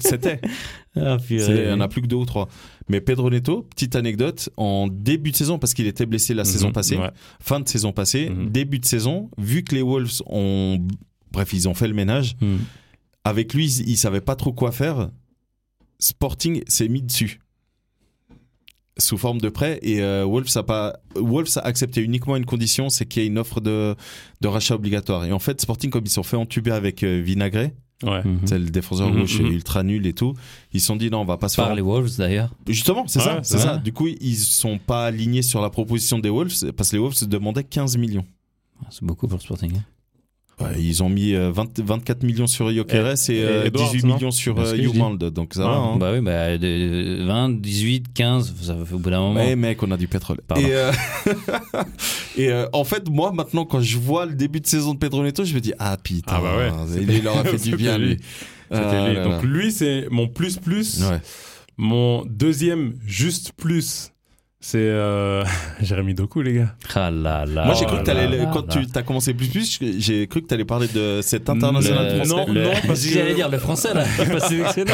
C'était. Ah, C'est- Il purée. y en a plus que deux ou trois. Mais Pedro Neto, petite anecdote, en début de saison, parce qu'il était blessé la Mhm, saison passée, ouais. fin de saison passée, Mhm. début de saison, vu que les Wolves ont. Bref, ils ont fait le ménage. Hmm. Avec lui, ils ils savaient pas trop quoi faire. Sporting s'est mis dessus. Sous forme de prêt. Et euh, Wolves, a pas... Wolves a accepté uniquement une condition c'est qu'il y ait une offre de, de rachat obligatoire. Et en fait, Sporting, comme ils se sont fait entuber avec euh, Vinagre, Ouais. Mhm. c'est le défenseur Mhm, gauche mhm. ultra nul et tout, ils se sont dit non, on va pas se faire Par les Wolves d'ailleurs. Justement, c'est Ouais, ça, c'est ouais. ça. Du coup, ils sont pas alignés sur la proposition des Wolves parce que les Wolves se demandaient 15 millions. C'est beaucoup pour le Sporting. hein. Ouais, ils ont mis euh, 20 24 millions sur Jokeres et, Eh, et euh, Edwards, 18 non millions sur Parce euh, que je dis- Youmald, donc ça va. Ouais, hein. Bah oui, bah, de 20, 18, 15, ça fait au bout d'un moment. Mais mec, on a du pétrole. Pardon. Et, euh, et, euh, en fait, moi, maintenant, quand je vois le début de saison de Pedro Neto, je me dis ah putain, Ah bah ouais, il, il leur a fait du C'était bien lui. lui. C'était Ah lui. là Donc lui, c'est mon plus plus. là. Ouais. Mon deuxième juste plus, c'est euh, Jérémy Doku, les gars. Ah là là. Moi, j'ai cru là que t'allais là le- quand tu t'as commencé plus plus, j'ai cru que t'allais parler de cet international Le- français. Non, le- non, parce que- J'allais dire le français là, qui est pas sélectionné.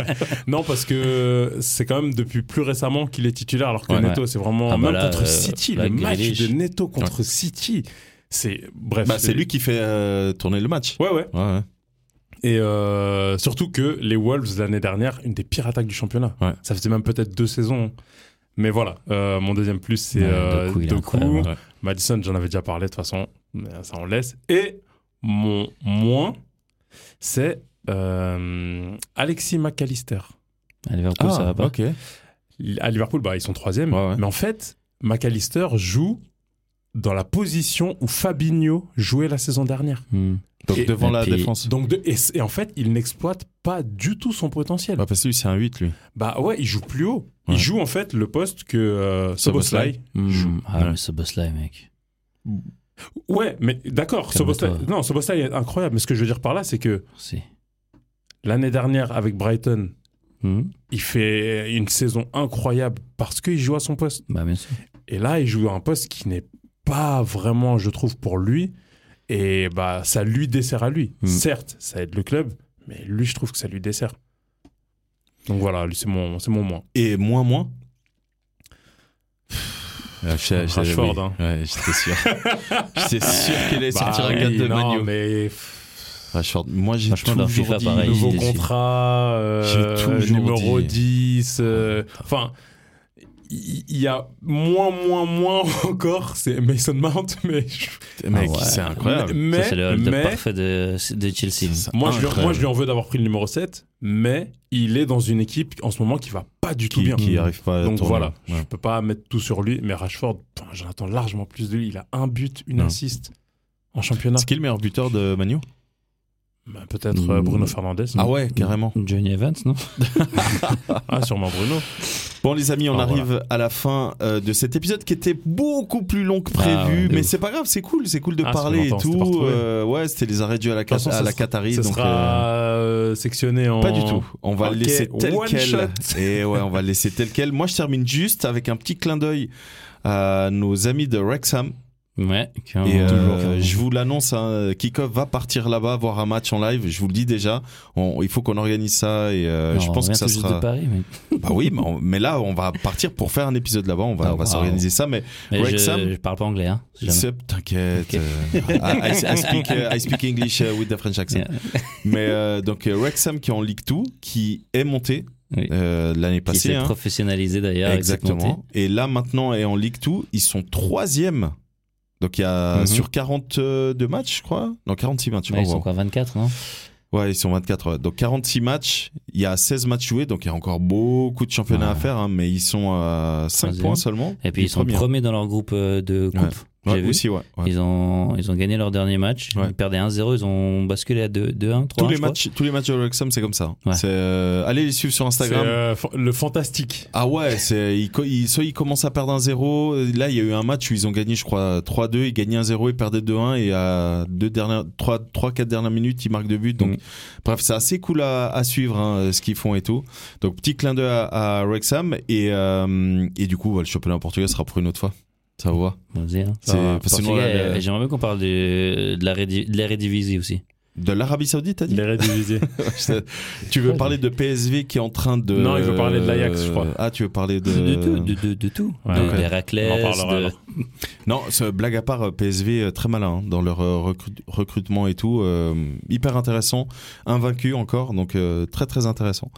Non, parce que c'est quand même depuis plus récemment qu'il est titulaire, alors que Ouais, Neto, c'est vraiment Ah bah même là, contre euh, City, le la match Grealish. de Neto contre City, c'est bref. Bah, c'est lui qui fait euh, tourner le match. Ouais, ouais. Ouais, ouais. Et euh, surtout que les Wolves, l'année dernière, une des pires attaques du championnat. Ouais. Ça faisait même peut-être deux saisons. Mais voilà, euh, mon deuxième plus, c'est Ouais, euh, Doku, il est Doku. incroyable. Ouais. Madison, j'en avais déjà parlé de toute façon. Mais Ça, on laisse. Et mon moins, c'est euh, Alexis McAllister. À Liverpool, ça va pas. Ah, ok. à Liverpool, bah, ils sont troisième. Ouais, ouais. Mais en fait, McAllister joue dans la position où Fabinho jouait la saison dernière. Hmm. Donc Et- devant et la puis- défense. Donc de- et, c- et en fait, il n'exploite pas du tout son potentiel. Bah, parce que lui, c'est un 8, lui. Bah ouais, il joue plus haut. Ouais. Il joue en fait le poste que euh, Szoboszlai. Szoboszlai. Hmm. Jou- Ah, ouais. mais ce boss-là, mec. Ouais, mais d'accord. Calme-toi. Szoboszlai, non, Szoboszlai est incroyable. Mais ce que je veux dire par là, c'est que Merci. l'année dernière avec Brighton, Mm. Hmm. il fait une saison incroyable parce qu'il joue à son poste. Bah, bien sûr. Et là, il joue à un poste qui n'est pas vraiment, je trouve, pour lui. Et bah, ça lui dessert à lui. Mm. Certes, ça aide le club, mais lui, je trouve que ça lui dessert. Donc voilà, lui, c'est mon, c'est mon moins. Et moins, moins Ah, je- je- Rashford, oui. hein. Ouais, j'étais sûr. j'étais sûr qu'elle allait sortir un Bah, gars oui, de non, Manu. mais Rashford, moi j'ai Franchement, dans toujours FIFA, dit pareil. nouveau il est déçu. contrat, euh, J'ai toujours numéro dit. 10. euh, Enfin, il il y a moins, moins, moins encore. C'est Mason Mount, mais je- Mec, Ah ouais. c'est incroyable. mais, ça, c'est le hold mais- parfait de, de Chelsea. C'est Moi je, lui, incroyable. moi, je lui en veux d'avoir pris le numéro 7, mais il est dans une équipe en ce moment qui va pas du tout qui, bien. qui arrive pas à Donc tourner. voilà, Ouais. je peux pas mettre tout sur lui, mais Rashford, putain, j'en attends largement plus de lui. Il a un but, une Ouais. assist en championnat. C'est qui le meilleur buteur de Manu Bah, Peut-être euh, Mm. Bruno Fernandez. Ah ouais, carrément. Johnny Evans, non Ah, sûrement Bruno. Bon les amis, on Ah, arrive à la fin euh, de cet épisode qui était beaucoup plus long que prévu, Ah ouais, de mais ouf. c'est pas grave, c'est cool, c'est cool de Ah, ça fait parler et longtemps, c'était pas tout. retrouvé. Euh, ouais, c'était les arrêts dus à la, toute façon, à ça la sera- Qatarie, Ce donc euh, sera euh, sectionné en. Pas du tout. On va Ok, le laisser tel one quel. shot. Et ouais, on va le laisser tel quel. Moi, je termine juste avec un petit clin d'œil à nos amis de Wrexham. Ouais, carrément. Et euh, Ah, Toujours. je vous l'annonce, hein, Kickoff va partir là-bas voir un match en live. Je vous le dis déjà. On- il faut qu'on organise ça et euh, Non, je on pense que revient ça tout juste sera. de Paris, mais, Bah oui, mais, on- mais là, on va partir pour faire un épisode là-bas. On va, Ah, on va wow. s'organiser ça, mais mais Wrexham- je, je parle pas anglais, hein. si jamais. c'est- t'inquiète. Ok. euh, I, I- I speak, uh, I speak English uh, with the French accent. Yeah. Mais euh, donc euh, Wrexham qui est en Ligue 2, qui est monté Oui. euh, l'année Qui passée. s'est ah, hein. professionnalisé d'ailleurs. avec cette montée. Exactement. Et là, maintenant, est en Ligue 2. Ils sont troisième. Donc, il y a Mhm. sur 42 matchs, je crois. Non, 46 matchs, je Ouais, crois. ils sont ouais. quoi, 24, non Ouais, ils sont 24. ouais. Donc, 46 matchs. Il y a 16 matchs joués. Donc, il y a encore beaucoup de championnats Ouais. à faire. hein, mais ils sont à 5 Troisième. points seulement. Et puis du ils sont premier. premiers dans leur groupe euh, de coupe. Ouais, J'ai vu. aussi, ouais. ouais. Ils, ont, ils ont gagné leur dernier match. Ouais. Ils perdaient 1-0, ils ont basculé à 2- 2-1, 3-1. Tous, les je crois. matchs, tous les matchs de Wrexham, c'est comme ça. hein. Ouais. C'est, euh, allez les suivre sur Instagram. C'est, euh, fa- le fantastique. Ah ouais, c'est ils co- ils- soit ils commencent à perdre un 0 là il y a eu un match où ils ont gagné je crois 3-2, ils gagnaient un 0 ils perdaient 2-1 et à deux dernières 3 3 4 dernières minutes, ils marquent deux buts. Donc Mm. bref, c'est assez cool à, à suivre hein, ce qu'ils font et tout. Donc petit clin d'œil à, à Wrexham et euh, et du coup, bah, le championnat portugais sera pour une autre fois. Ça vous va On va dire. C'est va, parce que sinon, Portugais, là, euh, le- J'aimerais bien qu'on parle de, de la Redi- de l'Eredivisie aussi. de l'Arabie Saoudite, t'as dit Il est rédivisé. Tu veux parler de PSV qui est en train de Non, il veut parler de l'Ajax, je crois. Ah, tu veux parler de De tout, de, de- de tout. Ouais, De- ok. Des raclettes, On en parlera de- alors. Non, ce, blague à part, euh, PSV euh, très malin hein, dans leur euh, recrut- recrutement et tout, euh, hyper intéressant, invaincu encore, donc euh, très très intéressant.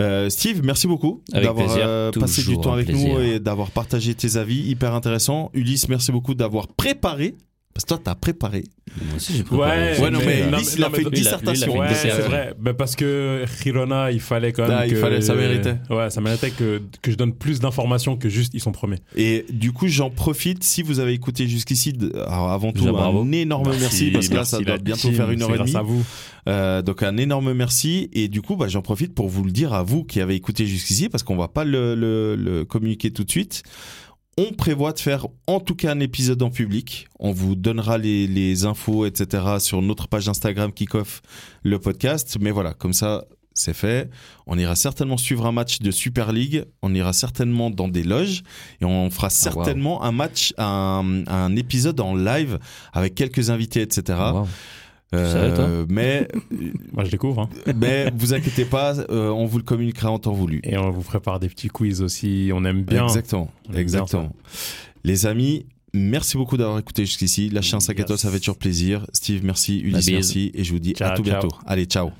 Euh, Steve, merci beaucoup Avec d'avoir plaisir, euh, toujours passé du temps un avec nous plaisir. et d'avoir partagé tes avis, hyper intéressant. Ulysse, merci beaucoup d'avoir préparé. Parce que toi, t'as préparé. Moi aussi, j'ai préparé Ouais, ça. Ouais, non, mais, mais- Ulysse, il a non, mais- fait une lui, il a- lui, il a dissertation. fait une Ouais, Donc, c'est euh, vrai. Bah, parce que Girona, il fallait quand même. Ah, il que- fallait, ça méritait. Ouais, ça méritait que, que je donne plus d'informations que juste ils sont premiers. Et du coup, j'en profite. Si vous avez écouté jusqu'ici, de- alors avant tout, Déjà, bravo. un énorme Oh, merci, parce que là, ça Bah, merci, doit la bientôt team, faire une heure c'est et demie. grâce à vous. Euh, donc un énorme merci et du coup bah, j'en profite pour vous le dire à vous qui avez écouté jusqu'ici parce qu'on va pas le, le- le communiquer tout de suite. On prévoit de faire en tout cas un épisode en public. On vous donnera les, les infos etc sur notre page Instagram Kickoff le podcast. Mais voilà comme ça c'est fait. On ira certainement suivre un match de Super League. On ira certainement dans des loges et on Ah, fera certainement un match un, un épisode en live avec quelques invités etc. Wow. Ah, savais, toi mais Moi, je découvre. hein. mais vous inquiétez pas, euh, on vous le communiquera en temps voulu. Et on vous prépare des petits quiz aussi. On aime Eh hein. bien. Exactement, On aime exactement. Les amis, merci beaucoup d'avoir écouté jusqu'ici. Lâchez un 5 à Yes. toi, ça fait toujours plaisir. Steve, merci. Ulysse, bise. merci. Et je vous dis à Bah, Ciao, tout ciao. bientôt. Allez, ciao.